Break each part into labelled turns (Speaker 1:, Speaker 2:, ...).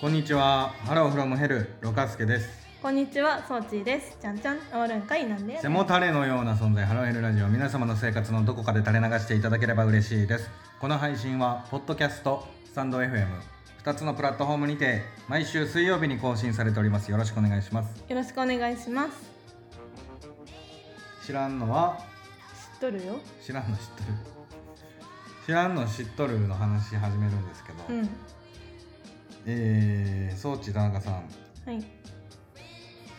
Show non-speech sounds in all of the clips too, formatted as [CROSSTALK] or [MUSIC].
Speaker 1: こんにちは。ハローフロムヘル、ロカスケです。
Speaker 2: こんにちは、ソーチーです。ちゃんちゃん、終わるんかいなんで
Speaker 1: 背。もたれのような存在、ハローヘルラジオ、皆様の生活のどこかで垂れ流していただければ嬉しいです。この配信は、ポッドキャスト、スタンド FM、2つのプラットフォームにて、毎週水曜日に更新されております。よろしくお願いします。
Speaker 2: よろしくお願いします。
Speaker 1: 知らんのは、
Speaker 2: 知っとるよ。
Speaker 1: 知らんの知っとる。知らんの知っとるの話始めるんですけど、
Speaker 2: うん。は
Speaker 1: えー、装置田中さん、
Speaker 2: い。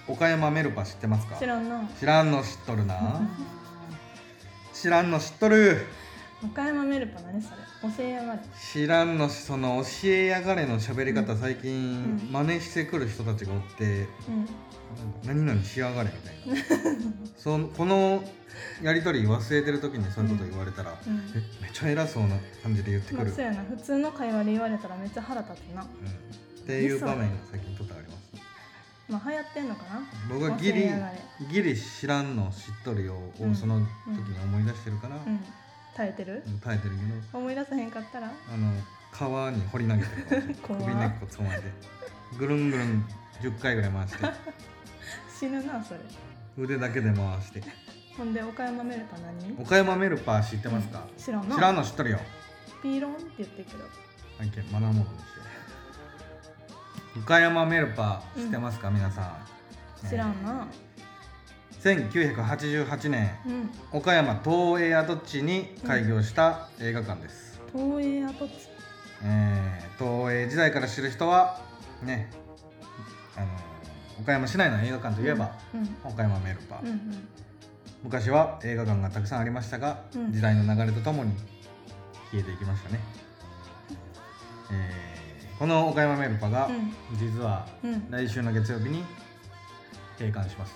Speaker 1: 岡山メルパ知ってますか
Speaker 2: 知らんな。
Speaker 1: 知らんの知っとるな。知らんの知っとる。
Speaker 2: 岡山メルパ何それ。教えやがる。
Speaker 1: 知らんのしその教えやがれの喋り方、
Speaker 2: うん
Speaker 1: 最近、
Speaker 2: うん
Speaker 1: 真似してくる人たちがおって
Speaker 2: うん。
Speaker 1: 何々しやがれみたい
Speaker 2: [LAUGHS]
Speaker 1: なそのこのやり取り忘れてる時にそういうこと言われたら、
Speaker 2: うん。
Speaker 1: えめっちゃ偉そうな感じで言って
Speaker 2: ま
Speaker 1: く
Speaker 2: あ、
Speaker 1: る、
Speaker 2: そうやな。普通の会話で言われたらめっちゃ腹立つな。
Speaker 1: うん、っていう場面が最近多々あります
Speaker 2: まあ、流行ってんのかな
Speaker 1: 僕はギ
Speaker 2: 教え
Speaker 1: リ
Speaker 2: やがれ
Speaker 1: ギリ知らんの知っとるよを、
Speaker 2: うん
Speaker 1: その時に思い出してるから、
Speaker 2: うん。耐えてる
Speaker 1: うん耐えてるけど
Speaker 2: 思い出さへんかったら [LAUGHS]
Speaker 1: あの川に掘り投げてるかもしれない首根っ
Speaker 2: 怖っ
Speaker 1: こつまんでぐるんぐるん10回ぐらい回して。
Speaker 2: 死ぬな、それ。
Speaker 1: 腕だけで回して
Speaker 2: ほんで、岡山メルパ何
Speaker 1: 岡山メルパー知ってますか、
Speaker 2: 知らんな。
Speaker 1: 知らんの知っとるよ
Speaker 2: ピーロンって言ってるけど。
Speaker 1: はいけ学ぶものにしよう岡山メルパー知ってますか、皆さん
Speaker 2: 知らんな。
Speaker 1: えー1988年
Speaker 2: うん。
Speaker 1: 岡山東映跡地に開業した映画館です、
Speaker 2: 東映跡地。
Speaker 1: えー東映時代から知る人はねあのー岡山市内の映画館といえば、
Speaker 2: うん。
Speaker 1: 岡山メルパー、
Speaker 2: うんうん。
Speaker 1: 昔は映画館がたくさんありましたが、
Speaker 2: うん
Speaker 1: 時代の流れとともに消えていきましたね、えーこの岡山メルパが、
Speaker 2: うん
Speaker 1: 実は
Speaker 2: うん
Speaker 1: 来週の月曜日に閉館します、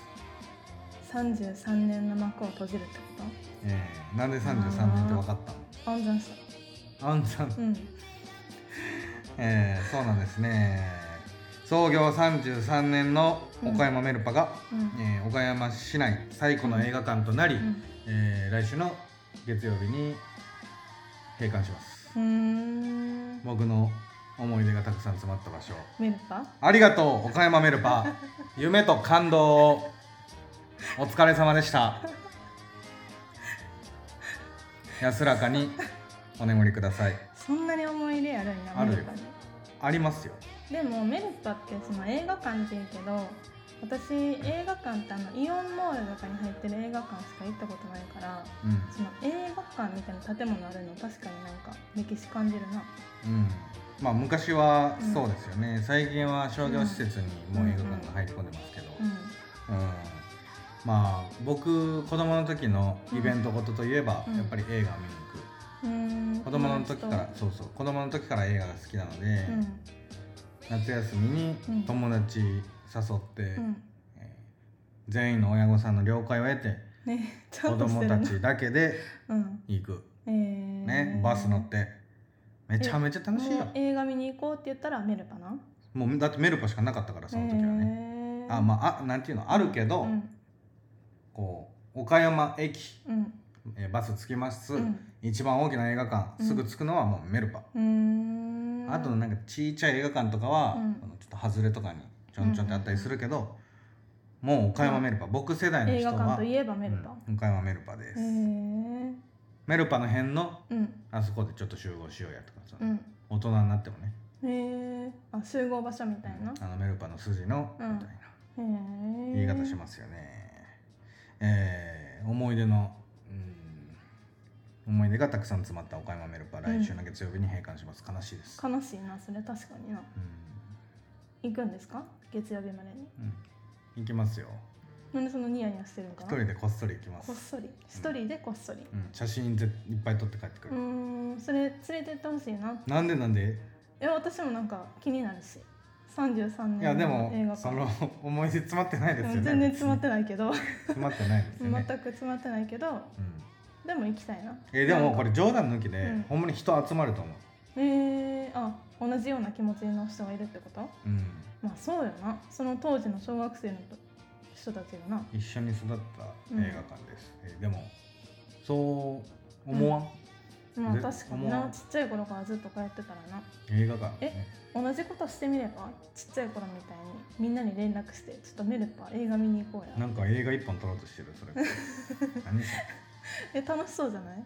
Speaker 2: 33年の幕を閉じるってこ
Speaker 1: えーなんで33年って分かった
Speaker 2: と暗算し
Speaker 1: のあんさん、
Speaker 2: たうん
Speaker 1: えーそうなんですね創業33年の岡山メルパが、
Speaker 2: うん
Speaker 1: えー岡山市内最古の映画館となり、えー来週の月曜日に閉館します
Speaker 2: うんうーん
Speaker 1: 僕の思い出がたくさん詰まった場所
Speaker 2: メルパ
Speaker 1: ありがとう岡山メル [LAUGHS] パ夢と感動をお疲れ様でした安らかにお眠りください
Speaker 2: そんなに思い入れあるんや
Speaker 1: あるよ
Speaker 2: メルパに
Speaker 1: ありますよ
Speaker 2: でもメルパってその映画館って言うけど私映画館ってあのイオンモールとかに入ってる映画館しか行ったことないから
Speaker 1: うん
Speaker 2: その映画館みたいな建物あるの確かになんか歴史感じるな
Speaker 1: うんまあ昔はそうですよね、最近は商業施設にもう映画館が入り込んでますけど、
Speaker 2: う
Speaker 1: うんまあ僕子供の時のイベントごとといえば、
Speaker 2: うん
Speaker 1: やっぱり映画を見に行く
Speaker 2: んうーん
Speaker 1: 子供の時からそうそう子供の時から映画が好きなので、
Speaker 2: うん
Speaker 1: 夏休みに
Speaker 2: うん
Speaker 1: 友達誘って、
Speaker 2: うん
Speaker 1: えー全員の親御さんの了解を得て
Speaker 2: ねちゃ
Speaker 1: 子
Speaker 2: んとして
Speaker 1: 供
Speaker 2: る
Speaker 1: た
Speaker 2: な
Speaker 1: ちだけで
Speaker 2: うん
Speaker 1: 行く、
Speaker 2: えー
Speaker 1: ねバス乗ってめちゃめちゃ楽しいよ
Speaker 2: もう映画見に行こうって言ったらメルパな
Speaker 1: もうだってメルパしかなかったからその時はね、
Speaker 2: ね
Speaker 1: あまああなんていうのあるけど、
Speaker 2: うん
Speaker 1: こう岡山駅、
Speaker 2: うん
Speaker 1: えーバス着きます、
Speaker 2: うん
Speaker 1: 一番大きな映画館
Speaker 2: うん
Speaker 1: すぐ着くのはもうメルパ、
Speaker 2: うーん
Speaker 1: あとなんかちいちゃい映画館とかは、
Speaker 2: うん
Speaker 1: このちょっと外れとかにちょんちょんってあったりするけど、もう岡山メルパ、僕世代の
Speaker 2: 映
Speaker 1: 人
Speaker 2: 画
Speaker 1: は
Speaker 2: 館といえばメルパ
Speaker 1: うん、岡山メルパです、
Speaker 2: へえうん
Speaker 1: メルパの辺の
Speaker 2: うん
Speaker 1: あそこでちょっと集合しようやとかさ、
Speaker 2: うん
Speaker 1: 大人になってもね
Speaker 2: へえあ集合場所みたいな
Speaker 1: あのメルパの筋のみ
Speaker 2: う
Speaker 1: たい
Speaker 2: ん
Speaker 1: な
Speaker 2: へえ
Speaker 1: 言い方しますすよね、えー思い出の、うん、思い出がたくさん詰まった岡山メルパ来週の月曜日に閉館します悲しいです、
Speaker 2: 悲しいなそれ確かにな
Speaker 1: う
Speaker 2: 行くんですか月曜日までに
Speaker 1: んうん、行きますよ
Speaker 2: なんでそのニヤニヤしてるのか
Speaker 1: 一
Speaker 2: な
Speaker 1: 人でこっそり行きま
Speaker 2: こっ
Speaker 1: す、
Speaker 2: そり一人でこっそり
Speaker 1: うん、写真ぜいっぱい撮って帰ってく
Speaker 2: う
Speaker 1: る、
Speaker 2: ーんそれ連れてってほしいな
Speaker 1: なんでなんで
Speaker 2: え私もなんか気になるし33年
Speaker 1: いやで
Speaker 2: の
Speaker 1: も
Speaker 2: 映画
Speaker 1: そ
Speaker 2: 館
Speaker 1: の思い出詰まってないですよね
Speaker 2: 全然詰まってないけど、
Speaker 1: 詰まってないですよ
Speaker 2: 全
Speaker 1: ね
Speaker 2: く、詰まってないけど
Speaker 1: うん
Speaker 2: でも行きたいな
Speaker 1: えーでもこれ冗談抜きで、
Speaker 2: うん
Speaker 1: ほんまに人集まると思う
Speaker 2: えー、あ同じような気持ちの人がいるってこと
Speaker 1: うん、
Speaker 2: まあそうよなその当時の小学生の人たちよな
Speaker 1: 一緒に育った映画館です、えーでもそう思わん、
Speaker 2: まあ
Speaker 1: で
Speaker 2: 確かに
Speaker 1: 思
Speaker 2: な
Speaker 1: わん
Speaker 2: ちっちゃい頃からずっと通ってたらな
Speaker 1: 映画館ね
Speaker 2: 同じことしてみればちっちゃい頃みたいにみんなに連絡してちょっとメルパ映画見に行こう
Speaker 1: な
Speaker 2: や
Speaker 1: んか映画一本撮ろうとしてる
Speaker 2: [LAUGHS]
Speaker 1: それ何それ
Speaker 2: え楽しそうじゃない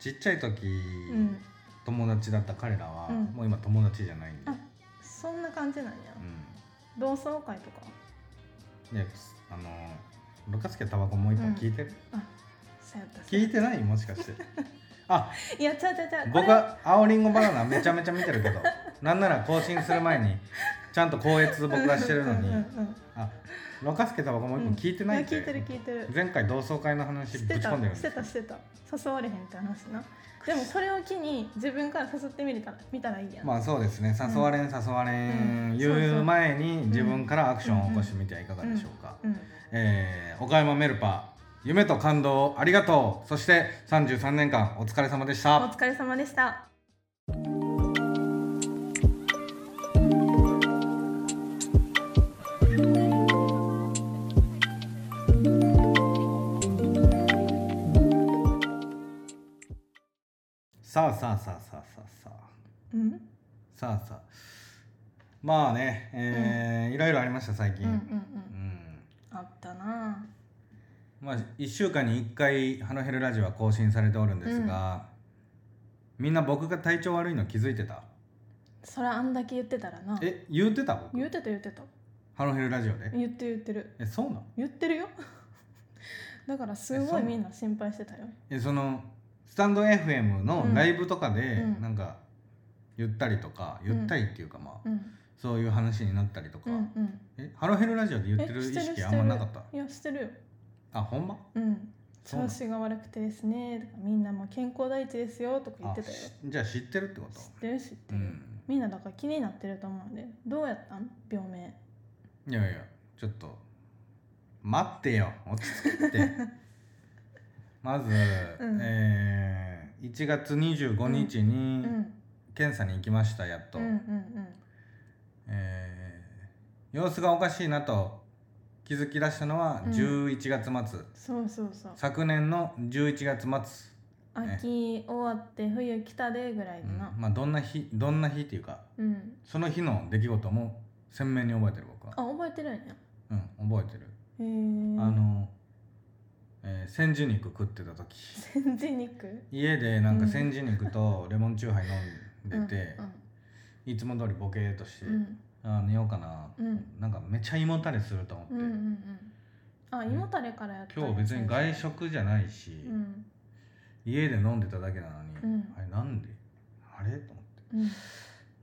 Speaker 1: ちっちゃい時、
Speaker 2: うん
Speaker 1: 友達だった彼らは、
Speaker 2: うん
Speaker 1: もう今友達じゃないんで、
Speaker 2: あそんな感じなん
Speaker 1: う
Speaker 2: や同窓会とか
Speaker 1: ん、であのろかすけタバコもう一本聞いてる、
Speaker 2: あそうやったそう
Speaker 1: 聞
Speaker 2: や
Speaker 1: い
Speaker 2: って
Speaker 1: ないもしか
Speaker 2: [LAUGHS]
Speaker 1: してあ
Speaker 2: たいやちゃうちゃうちゃう
Speaker 1: 僕
Speaker 2: これ
Speaker 1: は青りんごバナナめちゃめちゃ見てるけどなんなら更新する前にちゃんと高閲僕がしてるのに
Speaker 2: うんうんうん
Speaker 1: あろかすけタバコもう一本聞いて
Speaker 2: うんい
Speaker 1: な
Speaker 2: や
Speaker 1: いって、
Speaker 2: 聞いてる聞いてる
Speaker 1: 前回同窓会の話
Speaker 2: し
Speaker 1: ぶ
Speaker 2: て
Speaker 1: ち
Speaker 2: た
Speaker 1: 込んでるんで
Speaker 2: し
Speaker 1: す
Speaker 2: てたしてた誘われへんって話
Speaker 1: [LAUGHS]
Speaker 2: なでもそれを機に自分から誘ってみれたら見たらいいやん、
Speaker 1: まあそうですね誘われん誘われん、
Speaker 2: うん
Speaker 1: 言う前に
Speaker 2: ん
Speaker 1: 自分からアクションを起こしてみてはいかがでしょうか、
Speaker 2: うん、
Speaker 1: えー岡山メルパ夢と感動をありがとうそして33年間お疲れ様でした
Speaker 2: お疲れ様でした
Speaker 1: さあさあさあさあさあさあ
Speaker 2: うん
Speaker 1: さあさあまあね、えーいろいろありました最
Speaker 2: うん
Speaker 1: 近、
Speaker 2: うんう
Speaker 1: うん
Speaker 2: んあったな
Speaker 1: まあ1週間に1回「ハロヘルラジオ」は更新されておるんですが、みんな僕が体調悪いの気づいてた
Speaker 2: そらあんだけ言ってたらな
Speaker 1: え言うてた僕
Speaker 2: 言ってた言ってた
Speaker 1: ハロヘルラジオで
Speaker 2: 言ってる言ってる
Speaker 1: えそうなの
Speaker 2: 言ってるよ [LAUGHS] だからす
Speaker 1: えそう
Speaker 2: ご
Speaker 1: ないの
Speaker 2: みんな心配してたよ
Speaker 1: えそのスタンド FM のライブとかで、
Speaker 2: うん
Speaker 1: なんか言ったりとか
Speaker 2: ん
Speaker 1: 言ったりっていうかまあ、
Speaker 2: うん
Speaker 1: そういう話になったりとか、
Speaker 2: うんうん
Speaker 1: えハロヘルラジオで言ってる
Speaker 2: え
Speaker 1: 意
Speaker 2: してる
Speaker 1: 識
Speaker 2: してる
Speaker 1: あんまなかった
Speaker 2: いやしてるよ
Speaker 1: あほんま
Speaker 2: うん
Speaker 1: そうな
Speaker 2: 調
Speaker 1: の
Speaker 2: 子が悪くてですねとかみんなもう健康第一ですよとか言ってたよ
Speaker 1: あしじゃあ知ってるってこ
Speaker 2: 知
Speaker 1: と
Speaker 2: ってる知って
Speaker 1: う
Speaker 2: る、
Speaker 1: ん
Speaker 2: みんなだから気になってると思うんでどうやったん病名
Speaker 1: いやいやちょっと待ってよ落ち着けって
Speaker 2: [LAUGHS]
Speaker 1: まず、
Speaker 2: ん
Speaker 1: えー1月25日
Speaker 2: う
Speaker 1: に
Speaker 2: ん
Speaker 1: 検査に行きましたやっと、
Speaker 2: うんうんうん
Speaker 1: えー様子がおかしいなと気づき出したのは
Speaker 2: うん
Speaker 1: 11月末、
Speaker 2: そうそうそう
Speaker 1: 昨年の11月末
Speaker 2: 秋終わって冬来たでぐらいだな
Speaker 1: うんまあどんな日どんな日っていうか
Speaker 2: うん、
Speaker 1: その日の出来事も鮮明に覚えてる僕は
Speaker 2: あ覚えてるんや
Speaker 1: うん覚えてる、あ
Speaker 2: へえ
Speaker 1: の、えー千住肉食ってた時
Speaker 2: 全然肉
Speaker 1: 家でなんか
Speaker 2: うん
Speaker 1: 千住肉
Speaker 2: [LAUGHS]
Speaker 1: とレモンチューハイ飲んでて、
Speaker 2: う
Speaker 1: いつも通りボケーっとして、
Speaker 2: んうん
Speaker 1: あー寝ようかな、
Speaker 2: うん
Speaker 1: なんかめっちゃ胃もたれすると思って、
Speaker 2: うんうんうんうんあ
Speaker 1: ん
Speaker 2: 胃もたれからやったん
Speaker 1: 今
Speaker 2: や
Speaker 1: 日別に外
Speaker 2: 最初
Speaker 1: 食じゃないし、
Speaker 2: うん
Speaker 1: 家で飲んでただけなのに、
Speaker 2: うん
Speaker 1: あれなんであれと思って、
Speaker 2: うん
Speaker 1: ま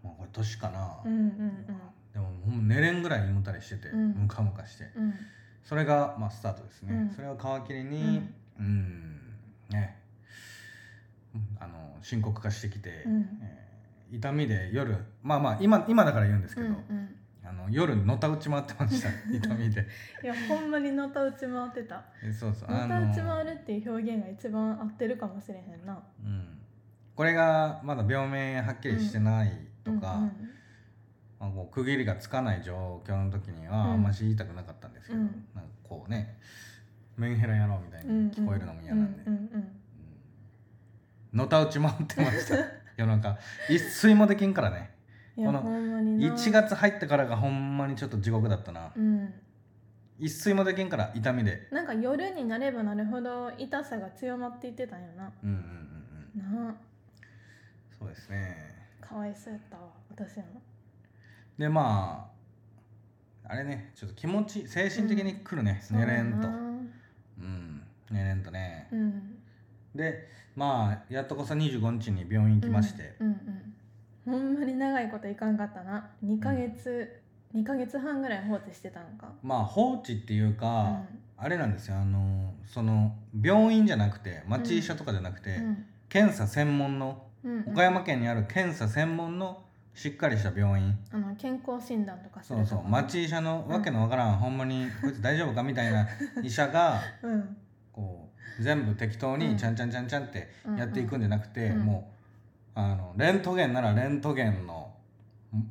Speaker 1: あ、これ年かな、
Speaker 2: うんうん
Speaker 1: でもほんま寝れんぐらい胃もたれしてて、
Speaker 2: うん
Speaker 1: ムカムカして
Speaker 2: うん
Speaker 1: それが、まあ、スタートですね、
Speaker 2: うん
Speaker 1: それを皮切りにうんねうんあの深刻化してきて、
Speaker 2: うん
Speaker 1: えー痛みで夜まあまあ今今だから言うんですけ
Speaker 2: う
Speaker 1: ど、
Speaker 2: んうん
Speaker 1: あの夜のた打ち回ってま
Speaker 2: [LAUGHS]
Speaker 1: した痛みで
Speaker 2: いやほんまにのたうち回ってた
Speaker 1: えそうそう
Speaker 2: の
Speaker 1: あ
Speaker 2: た
Speaker 1: の
Speaker 2: うち回るっていう表現が一番合ってるかもしれへんな
Speaker 1: うん、これがまだ病名はっきりしてないとか、
Speaker 2: うん
Speaker 1: まあ、こう区切りがつかない状況の時には
Speaker 2: うん
Speaker 1: あんまし言いたくなかったんですけど、
Speaker 2: うん
Speaker 1: なんかこうねメンヘラ野郎みたい
Speaker 2: うんうん
Speaker 1: に聞こえるのも嫌なんで、
Speaker 2: うんうん
Speaker 1: うんのたうち回ってました
Speaker 2: [LAUGHS]
Speaker 1: 夜中一睡もできんからね
Speaker 2: うんいや
Speaker 1: この
Speaker 2: ほんまにな
Speaker 1: 1月入ってからがほんまにちょっと地獄だったな、
Speaker 2: うん
Speaker 1: 一睡もできんから痛みで
Speaker 2: なんか夜になればなるほど痛さが強まっていってたんよな
Speaker 1: うんうんうんうん
Speaker 2: な
Speaker 1: そうですね
Speaker 2: あかわいそうやったわ私の
Speaker 1: でまああれねちょっと気持ち精神的に来るね、寝れんと
Speaker 2: そうやな
Speaker 1: うん寝れんとね
Speaker 2: う、ん
Speaker 1: でまあやっとこさ25日に病院行きまして、
Speaker 2: うんうん、ほんまに長いこといかんかったな2ヶ月、二ヶ月半ぐらい放置してたんか
Speaker 1: まあ放置っていうか、あれなんですよあのその病院じゃなくて町医者とかじゃなくて、
Speaker 2: うん
Speaker 1: 検査専門の
Speaker 2: うんうん、
Speaker 1: 岡山県にある検査専門のしっかりした病院
Speaker 2: あの健康診断とかす
Speaker 1: そう
Speaker 2: る
Speaker 1: そう
Speaker 2: 町
Speaker 1: 町医者のわけのわからん、ほんまにこいつ大丈夫かみたいな医者が
Speaker 2: うん
Speaker 1: こう全部適当
Speaker 2: う
Speaker 1: に
Speaker 2: ん
Speaker 1: ちゃんちゃんちゃんちゃんって
Speaker 2: うんうん
Speaker 1: やっていくんじゃなくて、
Speaker 2: うん
Speaker 1: もうあのレントゲンならレントゲンのん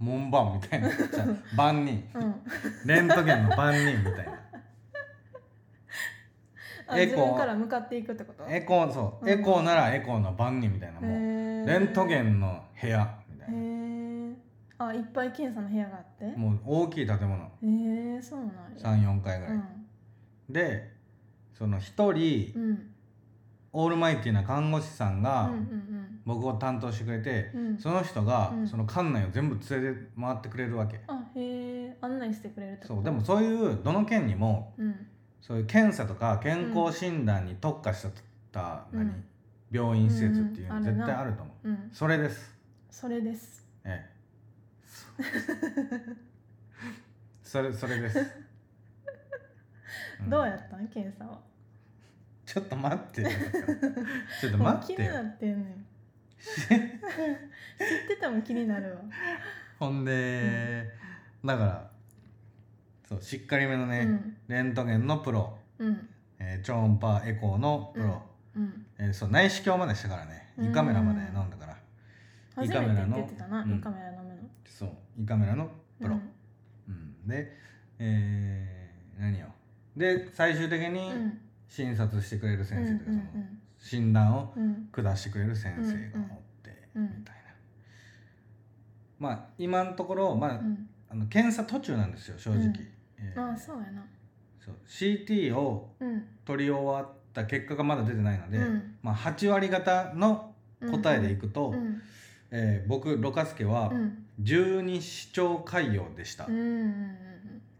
Speaker 1: 門番みた
Speaker 2: [LAUGHS]
Speaker 1: いなじゃあ番人
Speaker 2: うん
Speaker 1: レントゲンの番人みたいな
Speaker 2: あ
Speaker 1: エ
Speaker 2: 自
Speaker 1: コー
Speaker 2: 分から向かっていくってこと
Speaker 1: エコーそう、エコーならエコーの番人みたいなもうレントゲ
Speaker 2: ン
Speaker 1: ンの部屋みたいな
Speaker 2: へえあいっぱい検査の部屋があってへ
Speaker 1: もう大きい建物
Speaker 2: えそうなんや
Speaker 1: 34階ぐらい、
Speaker 2: う
Speaker 1: でその一人、
Speaker 2: んうん
Speaker 1: オールマイティな看護師さん
Speaker 2: うん
Speaker 1: が
Speaker 2: うん
Speaker 1: 僕を担当してくれて、
Speaker 2: うんうん
Speaker 1: その人が
Speaker 2: うん
Speaker 1: その館内を全部連れて回ってくれるわけ、
Speaker 2: あへえ案内してくれるってこと
Speaker 1: そうでもそういうどの県にも
Speaker 2: うん
Speaker 1: そういう検査とか健康診断に特化しちゃった、
Speaker 2: うん
Speaker 1: 何病院施設っていう
Speaker 2: う
Speaker 1: の
Speaker 2: んうん
Speaker 1: 絶対あると思う、
Speaker 2: うん
Speaker 1: それです
Speaker 2: それです
Speaker 1: え
Speaker 2: [LAUGHS]
Speaker 1: えそれそれです、ん
Speaker 2: どうやったん検査は
Speaker 1: ちょっと待
Speaker 2: [LAUGHS]
Speaker 1: ってよちょっと待っ
Speaker 2: 気
Speaker 1: て
Speaker 2: に
Speaker 1: よ
Speaker 2: なってんね
Speaker 1: [LAUGHS]
Speaker 2: ん知ってても気になるわ
Speaker 1: ほんで、だからそうしっかりめのね、レントゲンのプロ、
Speaker 2: うんうん
Speaker 1: えー超音波エコーのプロ、
Speaker 2: うん
Speaker 1: えーそう内視鏡までしたからね
Speaker 2: うん
Speaker 1: 胃カメラまで飲んだから、胃
Speaker 2: 初
Speaker 1: カメ
Speaker 2: めてって
Speaker 1: ラの
Speaker 2: 言ってたな
Speaker 1: うん
Speaker 2: 胃カメラ飲むの
Speaker 1: そう胃カメラのプロ、
Speaker 2: う
Speaker 1: うんんで、えー何よで最終的に
Speaker 2: うん
Speaker 1: 診察してくれる先生というか、
Speaker 2: うん
Speaker 1: その診断を
Speaker 2: うんうん
Speaker 1: 下してくれる先生がおって、
Speaker 2: うんうん
Speaker 1: みたいなまあ今のところ、まあ
Speaker 2: うんうん
Speaker 1: あの検査途中なんですよ正直、
Speaker 2: うん
Speaker 1: えー
Speaker 2: ああそうやな
Speaker 1: そう CT を
Speaker 2: うん
Speaker 1: 取り終わった結果がまだ出てないので、
Speaker 2: うん
Speaker 1: まあ、8割方の答えでい
Speaker 2: く
Speaker 1: くと、
Speaker 2: うん
Speaker 1: えー僕ろかすけは
Speaker 2: うん
Speaker 1: 12視聴潰瘍でした、
Speaker 2: うんうん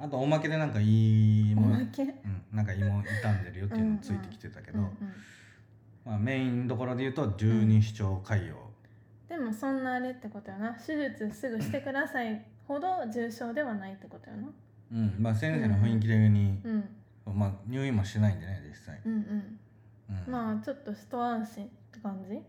Speaker 1: あとおまけでなんかいい
Speaker 2: うんお
Speaker 1: もん、う
Speaker 2: ま
Speaker 1: ん、
Speaker 2: け
Speaker 1: なんか胃も傷んでるよっていうのついてきてたけど、
Speaker 2: うんうん
Speaker 1: まあ、メインどころで言うと12視聴潰瘍、
Speaker 2: でもそんなあれってことよな手術すぐしてくださいほど重症ではないってことよな
Speaker 1: うんまあ、先生の雰囲気的に、
Speaker 2: うん
Speaker 1: まあ、入院もしてないんでね実際、
Speaker 2: うんうん
Speaker 1: うん
Speaker 2: まあちょっと一安心って感じ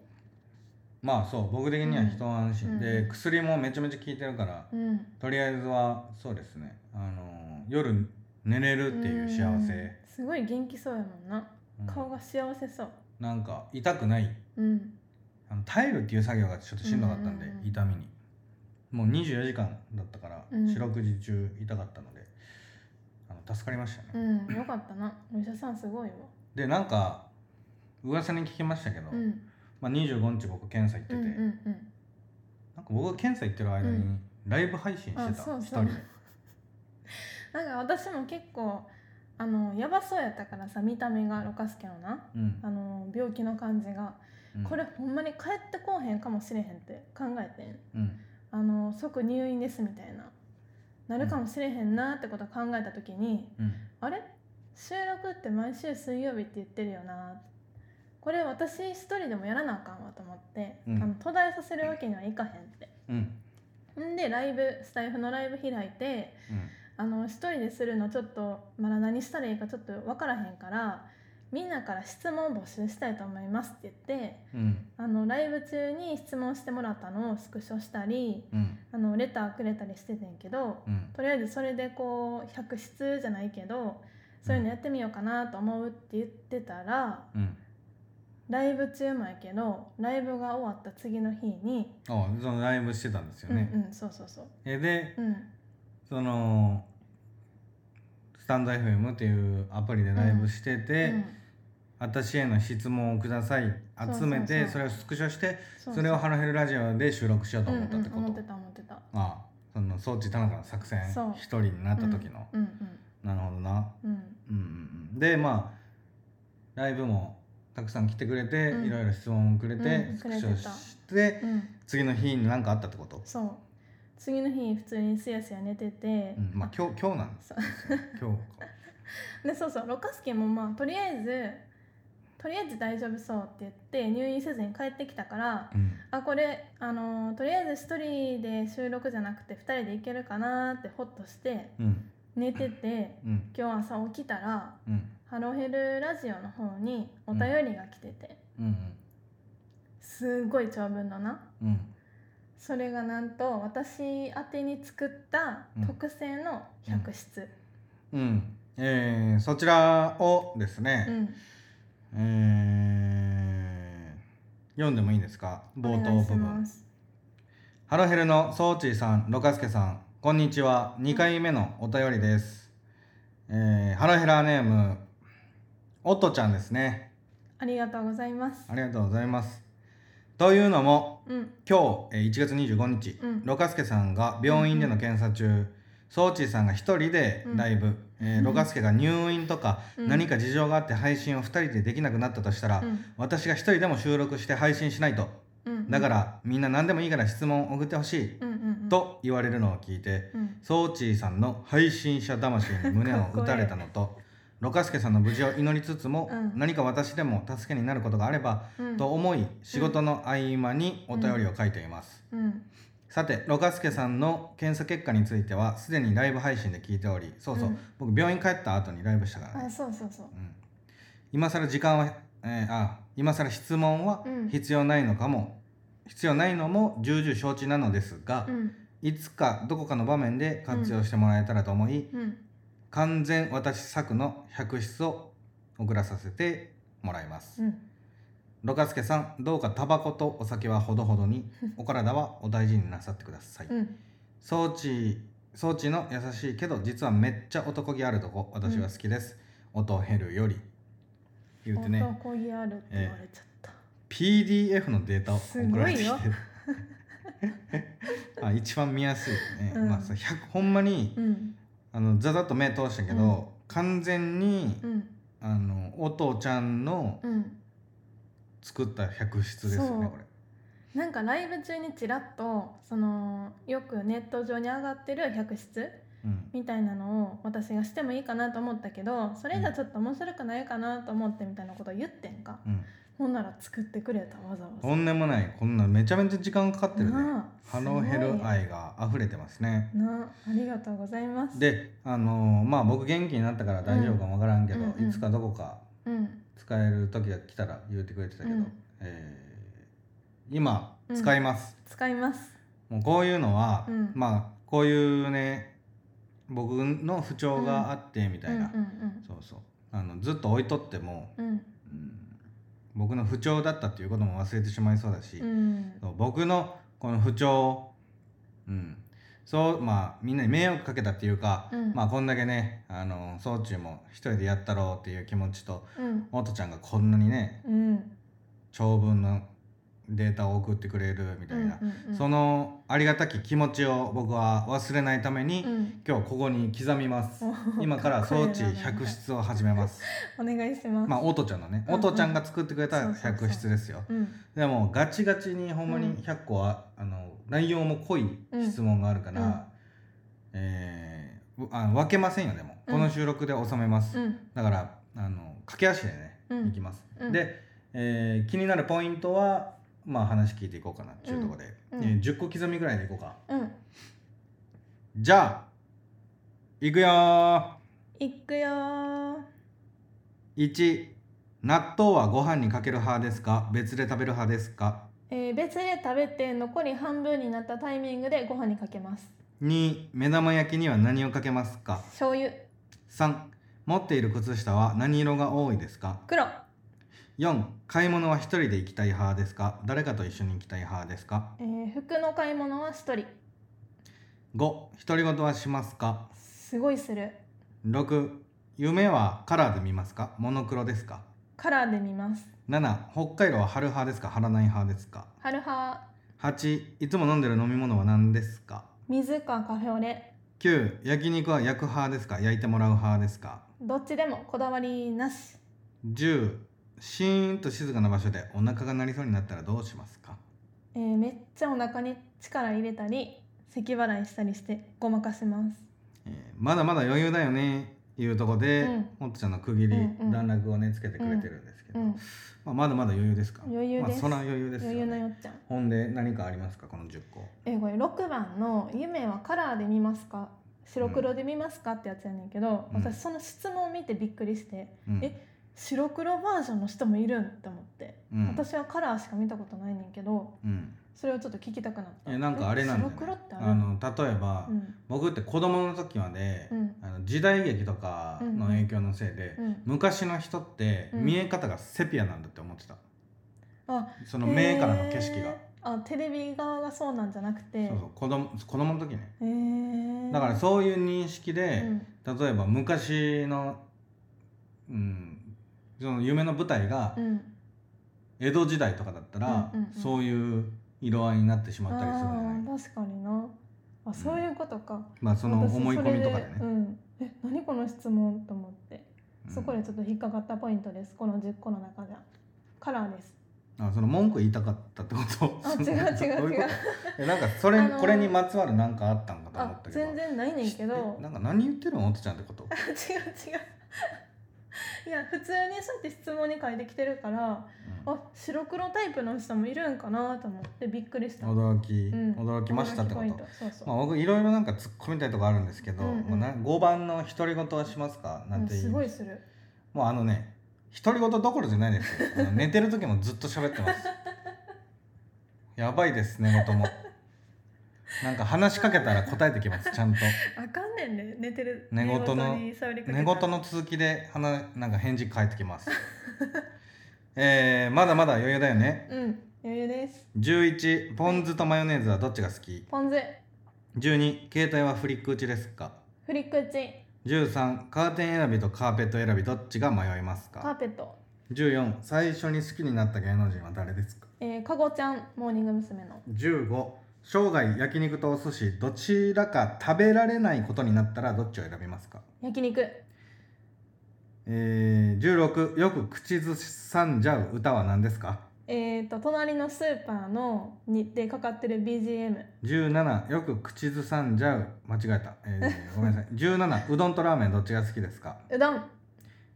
Speaker 1: まあそう僕的には一安心で、
Speaker 2: うん
Speaker 1: 薬もめちゃめちゃ効いてるから、
Speaker 2: うん
Speaker 1: とりあえずはそうですねあの夜寝れるっていう幸
Speaker 2: ん
Speaker 1: せ、
Speaker 2: すごい元気そうやもんな
Speaker 1: うん
Speaker 2: 顔が幸せそう
Speaker 1: なんか痛くない
Speaker 2: うん
Speaker 1: あの耐えるっていう作業がちょっとしんどかったんで、
Speaker 2: うんうんうん
Speaker 1: 痛みにもう24時間だったから、
Speaker 2: うん
Speaker 1: 四六時中痛かったのであの助かりましたね、
Speaker 2: うんよかったなお医者さんすごいわ
Speaker 1: でなんか噂に聞きましたけど、
Speaker 2: うん
Speaker 1: まあ、25日僕検査行って
Speaker 2: うん
Speaker 1: て、
Speaker 2: う
Speaker 1: な
Speaker 2: ん
Speaker 1: んか
Speaker 2: うん
Speaker 1: 僕が検査行ってる間
Speaker 2: う
Speaker 1: にライブ配信してた、
Speaker 2: あ
Speaker 1: 一
Speaker 2: そうそう
Speaker 1: 人で
Speaker 2: なんか私も結構あのやばそうやったからさ見た目がろかすけどな
Speaker 1: うん
Speaker 2: あの病気の感じが、
Speaker 1: うん
Speaker 2: これほんまに帰ってこうへんかもしれへんって考えてん
Speaker 1: うん
Speaker 2: あの即入院ですみたいななるかもしれへんなってことを考えた時に、
Speaker 1: うん
Speaker 2: あれ収録って毎週水曜日って言ってるよなこれ私一人でもやらなあかんわと思って、
Speaker 1: うん
Speaker 2: あの途絶えさせるわけにはいかへんって
Speaker 1: うん
Speaker 2: んでライブスタイフのライブ開いてあの一人でするのちょっとまだ何したらいいかちょっと分からへんからみんなから質問募集したいと思いますって言って
Speaker 1: うんうん
Speaker 2: あのライブ中に質問してもらったのをスクショしたり
Speaker 1: うん
Speaker 2: あのレターくれたりしててんけど
Speaker 1: うん
Speaker 2: とりあえずそれでこう百室じゃないけどそういうのやってみようかなと思うって言ってたら
Speaker 1: うん
Speaker 2: ライブ中もやけどライブが終わった次の日に、
Speaker 1: あそのライブしてたんですよ
Speaker 2: うん
Speaker 1: ね、
Speaker 2: うんそうそうそう
Speaker 1: えで
Speaker 2: うん
Speaker 1: そのスタンド FM っていうアプリでライブしてて、
Speaker 2: うん
Speaker 1: 私への質問をください
Speaker 2: そう
Speaker 1: 集めて
Speaker 2: そう
Speaker 1: それをスクショして
Speaker 2: そう
Speaker 1: それを「ハロヘルラジオ」で収録しようと思ったってこ
Speaker 2: うんうん、
Speaker 1: と、
Speaker 2: 思ってた思ってた
Speaker 1: ああその装置田中の作戦
Speaker 2: そう
Speaker 1: 一人になった時の、
Speaker 2: うん
Speaker 1: なるほどな
Speaker 2: うんうん
Speaker 1: うんうんうんでまあライブもたくさん来てくれて、
Speaker 2: うん
Speaker 1: いろいろ質問をくれて、
Speaker 2: うん
Speaker 1: スクショして
Speaker 2: うん
Speaker 1: 次の日に何かあったってこと、
Speaker 2: そう次の日普通にすやすや寝てて、
Speaker 1: うん、まあ今日今日なんです
Speaker 2: そう
Speaker 1: 今日か
Speaker 2: でそうそうろかすけもまあとりあえずとりあえず大丈夫そうって言って入院せずに帰ってきたから
Speaker 1: うん
Speaker 2: あこれあのーとりあえず1人で収録じゃなくて2人で行けるかなーってホッとして
Speaker 1: うん
Speaker 2: 寝てて
Speaker 1: うん
Speaker 2: 今日朝起きたら
Speaker 1: うん
Speaker 2: 「ハロヘルラジオ」の方にお便りが来てて、
Speaker 1: うん
Speaker 2: すごい長文のな
Speaker 1: うんうん
Speaker 2: それがなんと私宛てに作った
Speaker 1: うん
Speaker 2: 特製の百室、
Speaker 1: うんえー、そちらをです
Speaker 2: うん
Speaker 1: ね、えー読んでもいいですか冒
Speaker 2: お
Speaker 1: 頭
Speaker 2: 願いし
Speaker 1: 部分
Speaker 2: ます
Speaker 1: ハロヘルのソーチーさん、ろかすけさん、こんにちは。2回目のお便りです。えー、ハロヘラーネーム、おとちゃんですね。
Speaker 2: ありがとうございます
Speaker 1: ありがとうございます。というのも、
Speaker 2: うん
Speaker 1: 今日、えー1月25日、
Speaker 2: うん
Speaker 1: ろかすけさんが病院での検査中、ソーチーさんが1人でライブ、えーろかすけが入院とか、
Speaker 2: うん
Speaker 1: 何か事情があって配信を2人でできなくなったとしたら、
Speaker 2: うん
Speaker 1: 私が1人でも収録して配信しないと。
Speaker 2: うん
Speaker 1: だから、みんな何でもいいから質問を送ってほしい。
Speaker 2: うんうんうん
Speaker 1: と言われるのを聞いて
Speaker 2: うん
Speaker 1: ソーチーさんの配信者魂に胸を打たれたのとろかすけさんの無事を祈りつつも、
Speaker 2: うん
Speaker 1: 何か私でも助けになることがあれば、
Speaker 2: うん
Speaker 1: と思い仕事の合間にお便りを書いています、
Speaker 2: うん
Speaker 1: さてろかすけさんの検査結果についてはすでにライブ配信で聞いておりそうそう、
Speaker 2: うん
Speaker 1: 僕病院帰った後にライブしたから
Speaker 2: あ
Speaker 1: ね、
Speaker 2: そうそうそう
Speaker 1: うん、今更時間は、えーあ今更質問は
Speaker 2: うん
Speaker 1: 必要ないのかも、必要ないのも重々承知なのですが、
Speaker 2: うん
Speaker 1: いつかどこかの場面で活用してもらえたらと思い、
Speaker 2: うん
Speaker 1: 完全私作の百出を送らさせてもらいます。
Speaker 2: うん
Speaker 1: ろかすけさん、どうかタバコとお酒はほどほど
Speaker 2: [LAUGHS]
Speaker 1: に、お体はお大事になさってください。
Speaker 2: うん
Speaker 1: 装置装置の優しいけど実はめっちゃ男気あるとこ私は好きです。音を減るより言うてね、
Speaker 2: 男気あるって言われちゃった、
Speaker 1: PDF のデータを送られてきて
Speaker 2: すごい。
Speaker 1: あ一番見やすいね、
Speaker 2: うん
Speaker 1: まあそう100ほんまに、
Speaker 2: うん
Speaker 1: あのざざっと目通したけど、
Speaker 2: うん
Speaker 1: 完全に、
Speaker 2: うん
Speaker 1: あのお父ちゃんの
Speaker 2: うん
Speaker 1: 作った百出ですよ
Speaker 2: そ
Speaker 1: ね
Speaker 2: う
Speaker 1: これ。
Speaker 2: なんかライブ中にちらっとそのよくネット上に上がってる百室
Speaker 1: うん
Speaker 2: みたいなのを私がしてもいいかなと思ったけどそれじゃちょっと面白くないかなと思ってみたいなことを言ってんか、
Speaker 1: うん、
Speaker 2: ほんなら作ってくれたわざわざ
Speaker 1: とんでもないこんなめちゃめちゃ時間かかってるね。
Speaker 2: なあ
Speaker 1: ハローヘ
Speaker 2: すごい
Speaker 1: ル
Speaker 2: ね
Speaker 1: 愛が溢れてますね。
Speaker 2: なあありがとうございます
Speaker 1: であのーまあ僕元気になったから大丈夫かもわからんけど、
Speaker 2: うんうんうん
Speaker 1: いつかどこか
Speaker 2: うん
Speaker 1: 使える時が来たら言ってくれてたけど、
Speaker 2: うん
Speaker 1: えー今使います。
Speaker 2: 使います
Speaker 1: もうこういうのは、
Speaker 2: うん
Speaker 1: まあこういうね僕の不調があってみたいな。
Speaker 2: うんうん
Speaker 1: そうそうあのずっと置いとっても、
Speaker 2: うん
Speaker 1: うん僕の不調だったっていうことも忘れてしまいそうだし、
Speaker 2: うんうん
Speaker 1: そう僕のこの不調、うん、そうまあみんなに迷惑かけたっていうか、
Speaker 2: うん
Speaker 1: まあこんだけねあの総中も一人でやったろうっていう気持ちと
Speaker 2: うん
Speaker 1: おとちゃんがこんなにね
Speaker 2: うん
Speaker 1: 長文のデータを送ってくれるみたいな、そのありがたき気持ちを僕は忘れないために、
Speaker 2: うん
Speaker 1: 今日ここに刻みます。
Speaker 2: お
Speaker 1: 今から装置
Speaker 2: かっこいいななんか
Speaker 1: 百出を始めます。
Speaker 2: お願いします、
Speaker 1: まあ、おとちゃんのね、
Speaker 2: うん
Speaker 1: お
Speaker 2: うん
Speaker 1: とちゃんが作ってくれた
Speaker 2: そうそうそう
Speaker 1: 百出ですよ。
Speaker 2: うん
Speaker 1: でも、ガチガチに、ほんま
Speaker 2: う
Speaker 1: に
Speaker 2: ん
Speaker 1: 100個は、あの、内容も濃い質問があるから。えーうあ、分けませんよ、でも、
Speaker 2: うん
Speaker 1: この収録で収めます。
Speaker 2: うん
Speaker 1: だから、あの、駆け足でね、
Speaker 2: うん
Speaker 1: いきます。
Speaker 2: うん
Speaker 1: で、えー気になるポイントは、まあ、話聞いていこうかなっていうところで、
Speaker 2: うん
Speaker 1: えー10個刻みぐらいでいこうか。
Speaker 2: うん
Speaker 1: じゃあ、いくよー。
Speaker 2: いくよー
Speaker 1: 1納豆はご飯にかける派ですか別で食べる派ですか
Speaker 2: えー別で食べて残り半分になったタイミングでご飯にかけます
Speaker 1: 2目玉焼きには何をかけますか
Speaker 2: 醤油
Speaker 1: 3持っている靴下は何色が多いですか
Speaker 2: 黒
Speaker 1: 4買い物は一人で行きたい派ですか誰かと一緒に行きたい派ですか
Speaker 2: えー服の買い物は一人
Speaker 1: 5独り言はしますか
Speaker 2: すごいする
Speaker 1: 6夢はカラーで見ますかモノクロですか
Speaker 2: カラーで見ます
Speaker 1: 7北海道は春派ですか張らない派ですか
Speaker 2: 春派
Speaker 1: 8いつも飲んでる飲み物は何ですか
Speaker 2: 水かカフェオレ
Speaker 1: 9焼肉は焼く派ですか焼いてもらう派ですか
Speaker 2: どっちでもこだわりなし
Speaker 1: 10シーンと静かな場所でお腹が鳴りそうになったらどうしますか
Speaker 2: えーめっちゃお腹に力入れたり咳払いしたりしてごまかします
Speaker 1: えーまだまだ余裕だよねいうとこで、
Speaker 2: うん
Speaker 1: ほんとちゃんの区切り、
Speaker 2: うんうん
Speaker 1: 段落をねつけてくれてるんですけど、
Speaker 2: うん
Speaker 1: まあ、まだまだ余裕ですか
Speaker 2: 余裕
Speaker 1: まあ、
Speaker 2: です
Speaker 1: そら余裕ですよ、
Speaker 2: 余裕の
Speaker 1: ね、
Speaker 2: よっちゃん
Speaker 1: ほんで何かありますかこの10個
Speaker 2: えーこれ6番の「夢はカラーで見ますか白黒で見ますか?」ってやつやねんけど、
Speaker 1: うん
Speaker 2: 私その質問を見てびっくりして
Speaker 1: うん
Speaker 2: え白黒バージョンの人もいるんって思って、
Speaker 1: うん
Speaker 2: 私はカラーしか見たことないねんけど
Speaker 1: うん
Speaker 2: それをちょっと聞きたくなった
Speaker 1: えなんかあれなんだ、
Speaker 2: え
Speaker 1: ね、
Speaker 2: 白黒ってある
Speaker 1: あの例えば、
Speaker 2: うん
Speaker 1: 僕って子供の時はね、
Speaker 2: うん
Speaker 1: あの時代劇とかの影響のせいで、
Speaker 2: うん
Speaker 1: 昔の人って
Speaker 2: うん
Speaker 1: 見え方がセピアなんだって思ってた、
Speaker 2: あ
Speaker 1: その目からの景色が
Speaker 2: へーあテレビ側がそうなんじゃなくて
Speaker 1: そうそう子供子供の時ね
Speaker 2: へー
Speaker 1: だからそういう認識
Speaker 2: う
Speaker 1: で、
Speaker 2: ん
Speaker 1: 例えば昔の,、うん、その夢の舞台が
Speaker 2: うん
Speaker 1: 江戸時代とかだったら、
Speaker 2: うんうんうん
Speaker 1: そういう色合いになってし
Speaker 2: あ
Speaker 1: まったりするんじゃない
Speaker 2: ー確かになあそういうことか、
Speaker 1: まあその
Speaker 2: 私
Speaker 1: 思い込みとかでね
Speaker 2: それでうん、え何この質問と思って、
Speaker 1: うん
Speaker 2: そこでちょっと引っかかったポイントですこの10個の中でカラーです
Speaker 1: あその文句言いたかったってこと
Speaker 2: あ違う違う
Speaker 1: どい
Speaker 2: 違
Speaker 1: こ
Speaker 2: う
Speaker 1: とえなんかそれ、
Speaker 2: あのー
Speaker 1: これにまつわるなんかあったんかと思
Speaker 2: あ
Speaker 1: ったけど
Speaker 2: 全然ないねんけど違う
Speaker 1: なんか何言ってるのおとちゃんって
Speaker 2: [LAUGHS]
Speaker 1: こと
Speaker 2: 違ういや普通にそうやって質問に書いてきてるから
Speaker 1: うん
Speaker 2: あ白黒タイプの人もいるんかなと思ってびっくりした
Speaker 1: 驚き、
Speaker 2: うん
Speaker 1: 驚きましたってこ
Speaker 2: 驚き
Speaker 1: と
Speaker 2: ポイントそうそう、
Speaker 1: まあ、僕いろいろなんか突っ込みたいとこあるんですけど、
Speaker 2: うんうん
Speaker 1: もうな5番の独り言はしますかなんて
Speaker 2: うん
Speaker 1: い
Speaker 2: す
Speaker 1: う
Speaker 2: ごいする
Speaker 1: もうあのね独り言どころじゃないですよあの寝てる時もずっと喋って
Speaker 2: [LAUGHS]
Speaker 1: ますやばいですねともなんか話しかけたら答えてきますちゃんと
Speaker 2: あかんねんね寝てる
Speaker 1: 寝言の
Speaker 2: に触りかけた
Speaker 1: 寝言の続きで話なんか返事返ってきます [LAUGHS] えー、まだまだ余裕だよね
Speaker 2: うん余裕です
Speaker 1: 11ポン酢とマヨネーズはどっちが好き
Speaker 2: ポン酢
Speaker 1: 12携帯はフリック打ちですか
Speaker 2: フリック打ち
Speaker 1: 13カーテン選びとカーペット選びどっちが迷います
Speaker 2: カー
Speaker 1: か
Speaker 2: ペット
Speaker 1: 14最初に好きになった芸能人は誰ですか
Speaker 2: えー、かごちゃんモーニング娘。の
Speaker 1: 15生涯焼肉とお寿司どちらか食べられないことになったらどっちを選びますか、
Speaker 2: 焼肉
Speaker 1: えー、16よく口ずさんじゃう歌は何ですか
Speaker 2: えー、と隣のスーパーのにでかかってる BGM
Speaker 1: 17よく口ずさんじゃう間違えた、え
Speaker 2: [LAUGHS]
Speaker 1: ーごめんなさい17うどんとラーメンどっちが好きですか
Speaker 2: うどん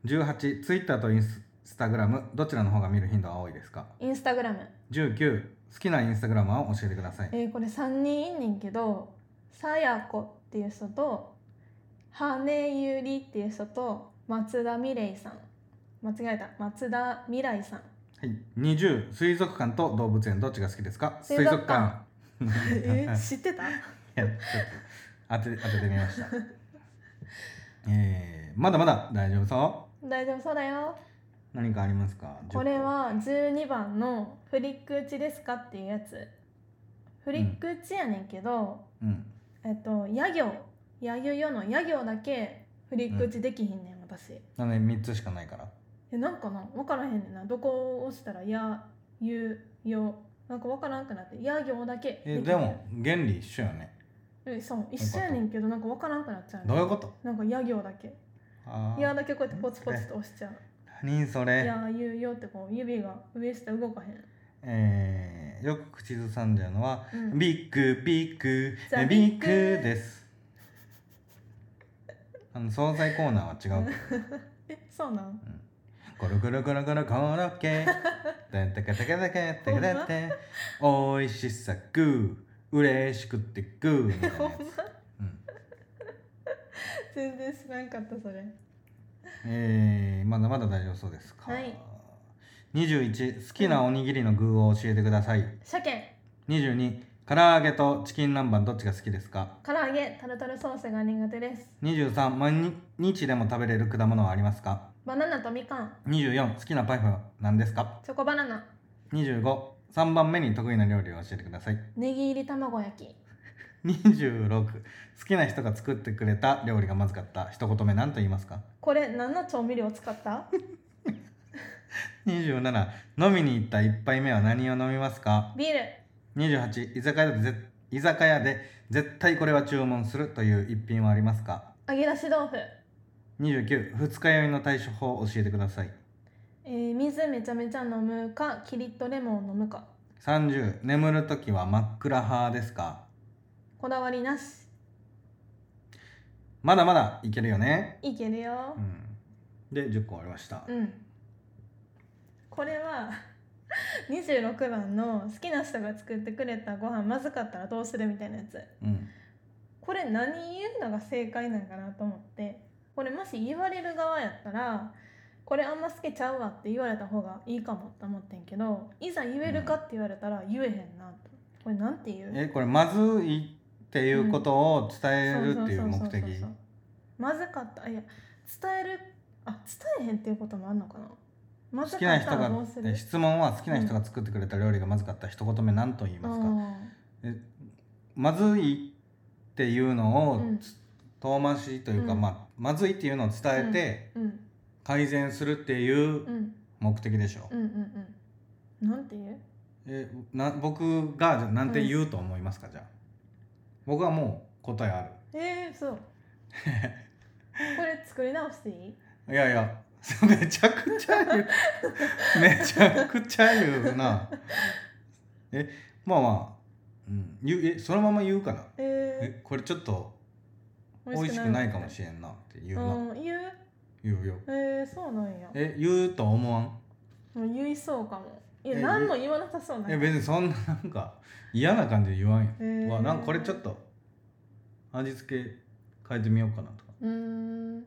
Speaker 1: 18ツイッターとインスタグラムどちらの方が見る頻度は多いですか
Speaker 2: インスタグラム
Speaker 1: 19好きなインスタグラマーを教えてください
Speaker 2: えー、これ3人いんねんけどさやこっていう人とはねゆりっていう人と松田美玲さん間違えた松田未来さん
Speaker 1: はい、20水族館と動物園どっちが好きですか
Speaker 2: 水族館
Speaker 1: [LAUGHS] いやちょっ
Speaker 2: [LAUGHS] 知ってた
Speaker 1: と当て当ててみましたえー、まだまだ大丈夫そ
Speaker 2: 大丈夫そうだよ
Speaker 1: う何かありますか
Speaker 2: これは12番の「フリック打ちですか?」っていうやつフリック打ちやねんけど、
Speaker 1: うん
Speaker 2: えっとや行やゆよのや行だけフリック打ちできひんねん、私
Speaker 1: なので3つしかないから
Speaker 2: えなんかな分からへんねんなどこを押したら「やゆよ」なんか分からんくなって「や行」だけ
Speaker 1: え
Speaker 2: き
Speaker 1: でも原理一緒よね
Speaker 2: えそう一緒やねんけどなんか分からんくなっちゃう,、
Speaker 1: どういうこと
Speaker 2: なんか「や行」だけ
Speaker 1: あ
Speaker 2: 「
Speaker 1: ー
Speaker 2: や」だけこうやってポツポツと押しちゃう
Speaker 1: 何そ
Speaker 2: 「
Speaker 1: れ
Speaker 2: やゆよ」ってこう指が上下動かへん、
Speaker 1: えー、よく口ずさんじゃうのは
Speaker 2: うん、
Speaker 1: ビッグビッグ
Speaker 2: ザ
Speaker 1: ビッ
Speaker 2: ビッ
Speaker 1: グ
Speaker 2: グ
Speaker 1: ですあの惣菜コーナーは違うけど
Speaker 2: [LAUGHS]
Speaker 1: ね
Speaker 2: えそうなん [LAUGHS]
Speaker 1: コロコロコロコロコロッケテテカテカテカテカテテおいしさグー嬉しくてグーみたいな
Speaker 2: ほん
Speaker 1: や
Speaker 2: ま
Speaker 1: つ、うん
Speaker 2: 全然知らんかったそれ
Speaker 1: えー、まだまだ大丈夫そうですか、
Speaker 2: はい
Speaker 1: 21好きなおにぎりの具を教えてください
Speaker 2: 鮭
Speaker 1: 22唐揚げとチキン南蛮どっちが好きですか
Speaker 2: 唐揚げタルタルソースが苦手です
Speaker 1: 23毎日でも食べれる果物はありますか
Speaker 2: バナナとみかん
Speaker 1: 24好きなパイは何ですか
Speaker 2: チョコバナナ
Speaker 1: 253番目に得意な料理を教えてください
Speaker 2: ネギ入り卵焼き
Speaker 1: 26好きな人が作ってくれた料理がまずかった一言目何と言いますか
Speaker 2: これ何の調味料使った
Speaker 1: 27飲みに行った1杯目は何を飲みますか
Speaker 2: ビール
Speaker 1: 28居酒屋でぜ居酒屋で絶対これは注文するという一品はありますか
Speaker 2: 揚げ出し豆腐、
Speaker 1: 292日酔いの対処法を教えてください
Speaker 2: えー水めちゃめちゃ飲むかキリッとレモンを飲むか
Speaker 1: 30眠る時は真っ暗派ですか
Speaker 2: こだわりなし
Speaker 1: まだまだいけるよね、
Speaker 2: いけるよ
Speaker 1: うん、で10個終わりました、
Speaker 2: うん、これは [LAUGHS] 26番の好きな人が作ってくれたご飯まずかったらどうするみたいなやつ
Speaker 1: うん
Speaker 2: これ何言うのが正解なんかなと思ってこれもし言われる側やったらこれあんま好きちゃうわって言われた方がいいかもと思ってんけどいざ言えるかって言われたら言えへんなとこれなんて言う
Speaker 1: えこれまずいっていうことを伝えるっていう目的
Speaker 2: まずかったあいや伝えるあ伝えへんっていうこともあるのかなまず
Speaker 1: 好
Speaker 2: か
Speaker 1: きな
Speaker 2: っ
Speaker 1: 人
Speaker 2: たら
Speaker 1: が
Speaker 2: どうする
Speaker 1: え質問は好きな人が作ってくれた料理がまずかったら一言目何と言いますか、えまずいっていうのを、
Speaker 2: うん
Speaker 1: つ遠回しというか、
Speaker 2: うん
Speaker 1: まあ、まずいっていうのを伝えて
Speaker 2: うんうん
Speaker 1: 改善するっていう
Speaker 2: うん
Speaker 1: 目的でしょ、
Speaker 2: うんうんうんなんていう
Speaker 1: えな僕がじゃあなんて言うと思いますか、じゃあ僕はもう答えあ
Speaker 2: え
Speaker 1: [LAUGHS]
Speaker 2: ー、そうこれ作り直していい
Speaker 1: るいやいや [LAUGHS] めちゃくちゃ言う [LAUGHS] めちゃくちゃ言うなえまあまあ、うん、言うえそのまま言うかな
Speaker 2: え
Speaker 1: えこれちょっと
Speaker 2: ー、
Speaker 1: 美味しくないかもし
Speaker 2: れ
Speaker 1: れんなって言うな、
Speaker 2: うん言う
Speaker 1: 言うよ
Speaker 2: えー、そうなんや
Speaker 1: え言うと思わん
Speaker 2: もう言いそうかもいや
Speaker 1: え
Speaker 2: 何も言わなさそうな
Speaker 1: え別にそんななんか嫌な感じで言わんよ、
Speaker 2: えー
Speaker 1: わなんかこれちょっと味付け変えてみようかなとか
Speaker 2: うーんあ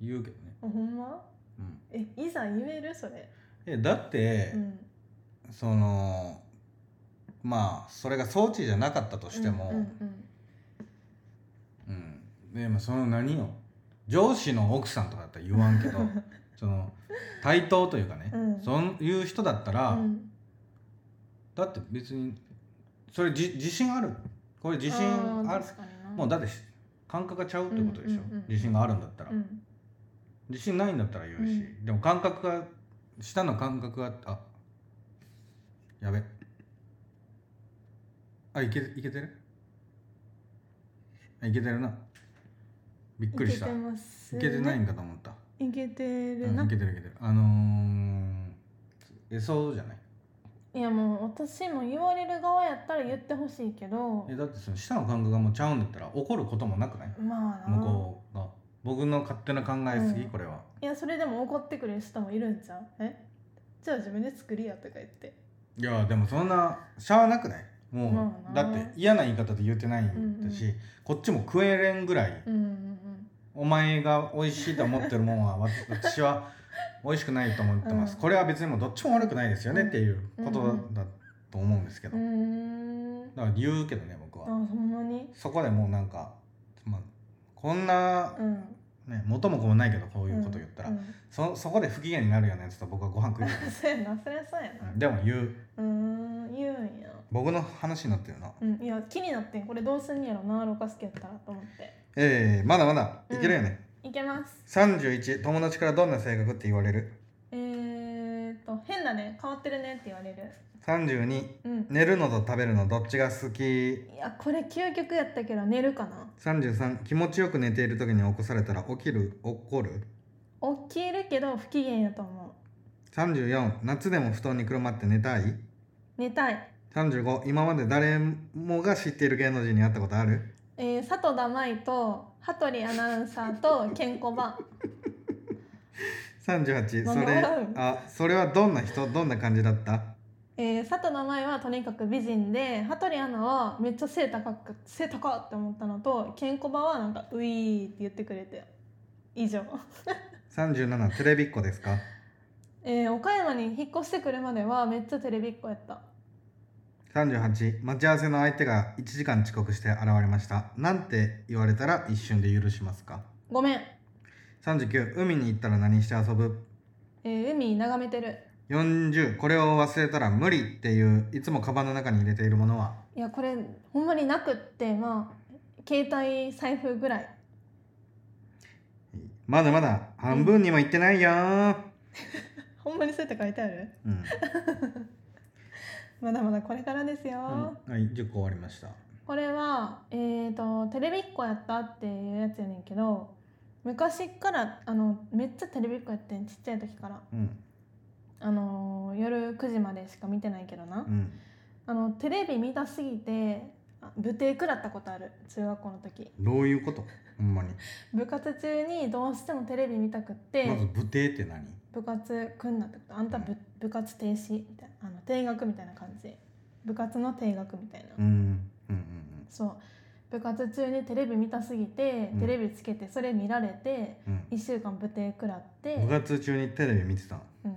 Speaker 1: 言うけどね、
Speaker 2: ほんま
Speaker 1: うん、
Speaker 2: えいざ言えるそれ
Speaker 1: えだって、
Speaker 2: うん
Speaker 1: そのまあそれが装置じゃなかったとしても
Speaker 2: うんうん
Speaker 1: うん、でもその何よ上司の奥さんとかだったら言わん
Speaker 2: [LAUGHS]
Speaker 1: けどその対等というかね、
Speaker 2: うん
Speaker 1: そういう人だったら、
Speaker 2: うんうん
Speaker 1: だって別にそれじ自信あるこれ自信あ
Speaker 2: ー
Speaker 1: る
Speaker 2: 確かにな
Speaker 1: もうだって感覚がちゃうってことでしょ、
Speaker 2: うんうんうん
Speaker 1: 自信があるんだったら、
Speaker 2: うん
Speaker 1: 自信ないんだったら言うし、
Speaker 2: う
Speaker 1: でも感覚が下の感覚があやべあいけいけてるあいけてるなびっくりした
Speaker 2: い
Speaker 1: い
Speaker 2: けてます
Speaker 1: けてないんかと思った、
Speaker 2: いけて
Speaker 1: う
Speaker 2: る
Speaker 1: ん、
Speaker 2: ない
Speaker 1: けてるいけてるあのー、えそうじゃない
Speaker 2: いやもう私も言われる側やったら言ってほしいけど
Speaker 1: えだってその下の感覚がもうちゃうんだったら怒ることもなくない
Speaker 2: まあな
Speaker 1: 向こうが僕の勝手な考えすぎ、
Speaker 2: うん
Speaker 1: これはい
Speaker 2: やそれでも怒ってくれる人もいるんじゃんえじゃあ自分で作りやとか言って
Speaker 1: いやでもそんなしゃあなくないも
Speaker 2: ま
Speaker 1: う
Speaker 2: あ
Speaker 1: だ
Speaker 2: な
Speaker 1: って嫌な言い方で言ってないんだし、
Speaker 2: うん
Speaker 1: こっちも食えれんぐらい
Speaker 2: うんうん
Speaker 1: お前が美味しいと思ってるもんはわ [LAUGHS] 私は美味しくないと思ってます、
Speaker 2: うん
Speaker 1: これは別にもうどっちも悪くないですよね
Speaker 2: うん
Speaker 1: っていうことだと思うんですけど、
Speaker 2: うんうーん
Speaker 1: だから言うけどね僕
Speaker 2: あ
Speaker 1: は、
Speaker 2: ほんまに
Speaker 1: そこでもうなんか、まあ、こんな
Speaker 2: う、ん
Speaker 1: ね、元も子もないけどこういうこと言ったら、
Speaker 2: うんうん [LAUGHS]
Speaker 1: そそこで不機嫌になるようなやつと僕はご飯食いたい
Speaker 2: そうやなそりゃそうやな
Speaker 1: うんでも言う
Speaker 2: うーん言うんや
Speaker 1: 僕の話になってるな
Speaker 2: うんいや気になってんこれどうすんやろなろかすけやったらと思って
Speaker 1: ええまだまだいけるよね、
Speaker 2: いけます
Speaker 1: 31友達からどんな性格って言われる
Speaker 2: えー、っと変だね変わってるねって言われる
Speaker 1: 32
Speaker 2: うん
Speaker 1: 寝るのと食べるのどっちが好き
Speaker 2: いやこれ究極やったけど寝るかな
Speaker 1: 33気持ちよく寝ている時に起こされたら起きる怒る
Speaker 2: 起きるけど不機嫌やと思う
Speaker 1: 34夏でも布団にくるまって寝たい
Speaker 2: 寝たい
Speaker 1: 35今まで誰もが知っている芸能人に会ったことある
Speaker 2: えー、佐藤田舞と羽鳥アナウンサーとケンコバ
Speaker 1: 38そ
Speaker 2: なんで
Speaker 1: れ
Speaker 2: 笑う
Speaker 1: あそれはどんな人どんな感じだった
Speaker 2: えー、佐藤田舞はとにかく美人で羽鳥アナはめっちゃ背高く背高って思ったのとケンコバはなんか「ういー」って言ってくれて以上、
Speaker 1: 37テレビっ子ですか
Speaker 2: えー、岡山に引っ越してくるまではめっちゃテレビっ子やった
Speaker 1: 38待ち合わせの相手が1時間遅刻して現れましたなんて言われたら一瞬で許しますか
Speaker 2: ごめん、
Speaker 1: 39海に行ったら何して遊ぶ
Speaker 2: えー、海眺めてる
Speaker 1: 40これを忘れたら無理っていういつもカバンの中に入れているものはい
Speaker 2: やこれほんまになくってまあ携帯財布ぐらい
Speaker 1: まだまだ半分にも行ってないよー
Speaker 2: ほんまにそうやって書いてある
Speaker 1: うん、
Speaker 2: まだまだこれからですよ、
Speaker 1: うんはい10個終わりました
Speaker 2: これは、えー、とテレビっ子やったっていうやつやねんけど昔っからあのめっちゃテレビっ子やってんちっちゃい時から、
Speaker 1: うん
Speaker 2: あのー夜9時までしか見てないけどな、
Speaker 1: うん
Speaker 2: あのテレビ見たすぎてあ部停食らったことある中学校の時
Speaker 1: どういうことほんまに
Speaker 2: 部活中にどうしてもテレビ見たくって、
Speaker 1: まず武帝って何
Speaker 2: 部活組んだってことあんた部部活停止みたいなあの停学みたいな感じ部活の停学みたいな、
Speaker 1: うんうんうん
Speaker 2: そう部活中にテレビ見たすぎて、
Speaker 1: うん
Speaker 2: テレビつけてそれ見られて
Speaker 1: うん
Speaker 2: 1週間舞台食らって
Speaker 1: うん部活中にテレビ見てたの
Speaker 2: うん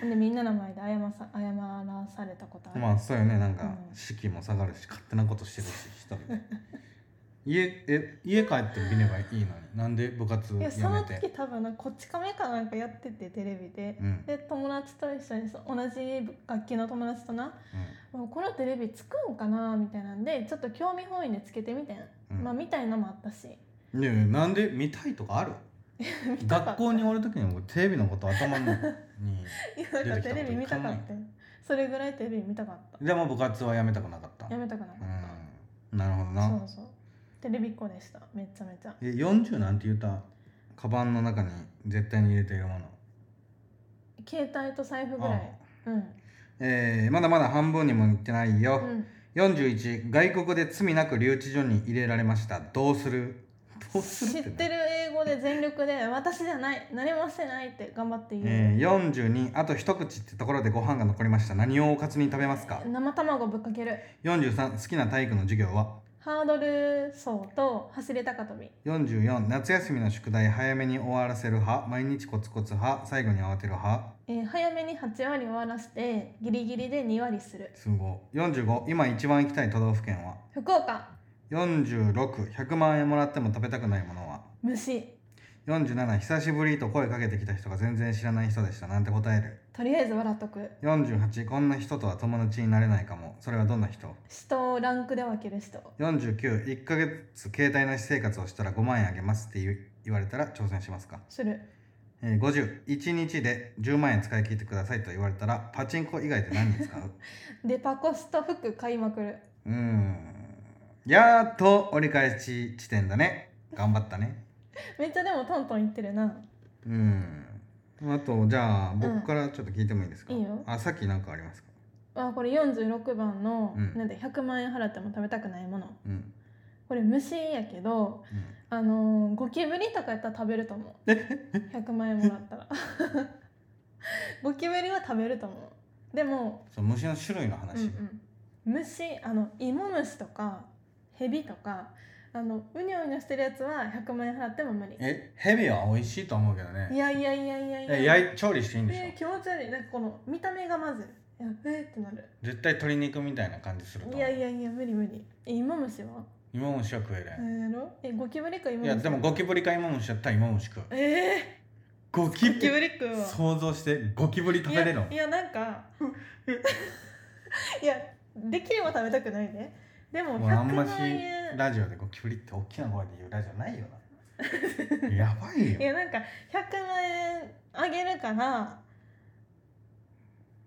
Speaker 2: ほんでみんなの前で謝さ謝らされたことある、
Speaker 1: まあそうよねなんか
Speaker 2: うん
Speaker 1: 士気も下がるし勝手なことしてるし一人で家え家帰って見ればいいのになんで部活
Speaker 2: い
Speaker 1: や
Speaker 2: やその
Speaker 1: め
Speaker 2: 時
Speaker 1: て
Speaker 2: 多分なんかこっち亀かなんかやっててテレビで
Speaker 1: う、ん
Speaker 2: で友達と一緒にそう同じ楽器の友達となもうこのテレビつくんかなみたいなんでちょっと興味本位でつけてみてん、
Speaker 1: うん
Speaker 2: まあみたいなのもあったし
Speaker 1: うんねえなんで見たいと
Speaker 2: [LAUGHS]
Speaker 1: かある
Speaker 2: 見たか
Speaker 1: 学
Speaker 2: った
Speaker 1: 校におる時にもうテレビのこと頭にに
Speaker 2: いやな
Speaker 1: 出て
Speaker 2: んか
Speaker 1: きた
Speaker 2: テレビ見たかったよそれぐらいテレビ見たかっ
Speaker 1: でも部活はやめたくなかった
Speaker 2: たやめたくなかっ
Speaker 1: うんなるほど
Speaker 2: た、
Speaker 1: な
Speaker 2: そうそうテレビっ子でしためっちゃめちゃ
Speaker 1: え40なんて言ったカバンの中に絶対に入れているもの
Speaker 2: 携帯と財布ぐらいうん
Speaker 1: えーまだまだ半分にもいってないよ、
Speaker 2: うん
Speaker 1: 41外国で罪なく留置所に入れられましたどうするどうする
Speaker 2: 知
Speaker 1: って,、
Speaker 2: ってる英語で全力で「私じゃない何もしてない」って頑張って言う、
Speaker 1: えー、42あと一口ってところでご飯が残りました何をおかずに食べますか
Speaker 2: 生卵ぶっかける
Speaker 1: 43好きな体育の授業は
Speaker 2: ハードル走と走り高跳び
Speaker 1: 44夏休みの宿題早めに終わらせる派毎日コツコツ派最後に慌てる派
Speaker 2: えー早めに8割終わらせてギリギリで2割する
Speaker 1: すごい45今一番行きたい都道府県は
Speaker 2: 福岡
Speaker 1: 46100万円もらっても食べたくないものは
Speaker 2: 虫
Speaker 1: 47久しぶりと声かけてきた人が全然知らない人でしたなんて答える
Speaker 2: とりあえず笑っとく
Speaker 1: 48こんな人とは友達になれないかもそれはどんな人
Speaker 2: 人をランクで分ける人
Speaker 1: 491ヶ月携帯なし生活をしたら5万円あげますって言う言われたら挑戦しますか、
Speaker 2: する
Speaker 1: えー、501日で10万円使い切ってくださいと言われたらパチンコ以外で何に使う
Speaker 2: デパコスト服買いまくる
Speaker 1: うーんやーっと折り返し地点だね頑張ったね
Speaker 2: めっちゃでもトントン言ってるな
Speaker 1: うーんあとじゃあ僕からちょっと聞いてもいいですか、
Speaker 2: いいよ
Speaker 1: あさっき何かありますか
Speaker 2: あこれ46番の、
Speaker 1: うん
Speaker 2: なんで100万円払っても食べたくないもの
Speaker 1: うん、
Speaker 2: これ虫やけど
Speaker 1: うん
Speaker 2: あのーゴキブリとかやったら食べると思う100万円もら
Speaker 1: [LAUGHS]
Speaker 2: ったらゴキブリは食べると思うでも
Speaker 1: その虫の種類の話、
Speaker 2: うんうん、虫あの芋虫とかヘビとかあのうにょうにょしてるやつは100万円払っても無理
Speaker 1: えヘビは美味しいと思うけどね
Speaker 2: いやいやいやいやいや
Speaker 1: え焼い調理していいんでしょ、
Speaker 2: えー気持ち悪いなんかこの見た目がまずいやえーってなる
Speaker 1: 絶対鶏肉みたいな感じすると思う
Speaker 2: いやいやいや無理無理え芋虫は
Speaker 1: 芋虫は食える
Speaker 2: え、ー、やろえゴキブリか芋
Speaker 1: い
Speaker 2: 虫
Speaker 1: やでもゴキブリか芋虫だったら芋虫食う
Speaker 2: え
Speaker 1: ゴ
Speaker 2: ー、
Speaker 1: キ
Speaker 2: ゴキブ
Speaker 1: ブリ
Speaker 2: リくんは
Speaker 1: 想像してゴキブリ食べれるの
Speaker 2: いやいやなんか [LAUGHS] いやできれば食べたくないねでも
Speaker 1: もう
Speaker 2: 100
Speaker 1: あんま
Speaker 2: 万
Speaker 1: し
Speaker 2: 円
Speaker 1: ラジオでゴキブリって大きな声で言うラジオないよな
Speaker 2: [LAUGHS]
Speaker 1: やばいよ
Speaker 2: いやなんか100万円あげるからっ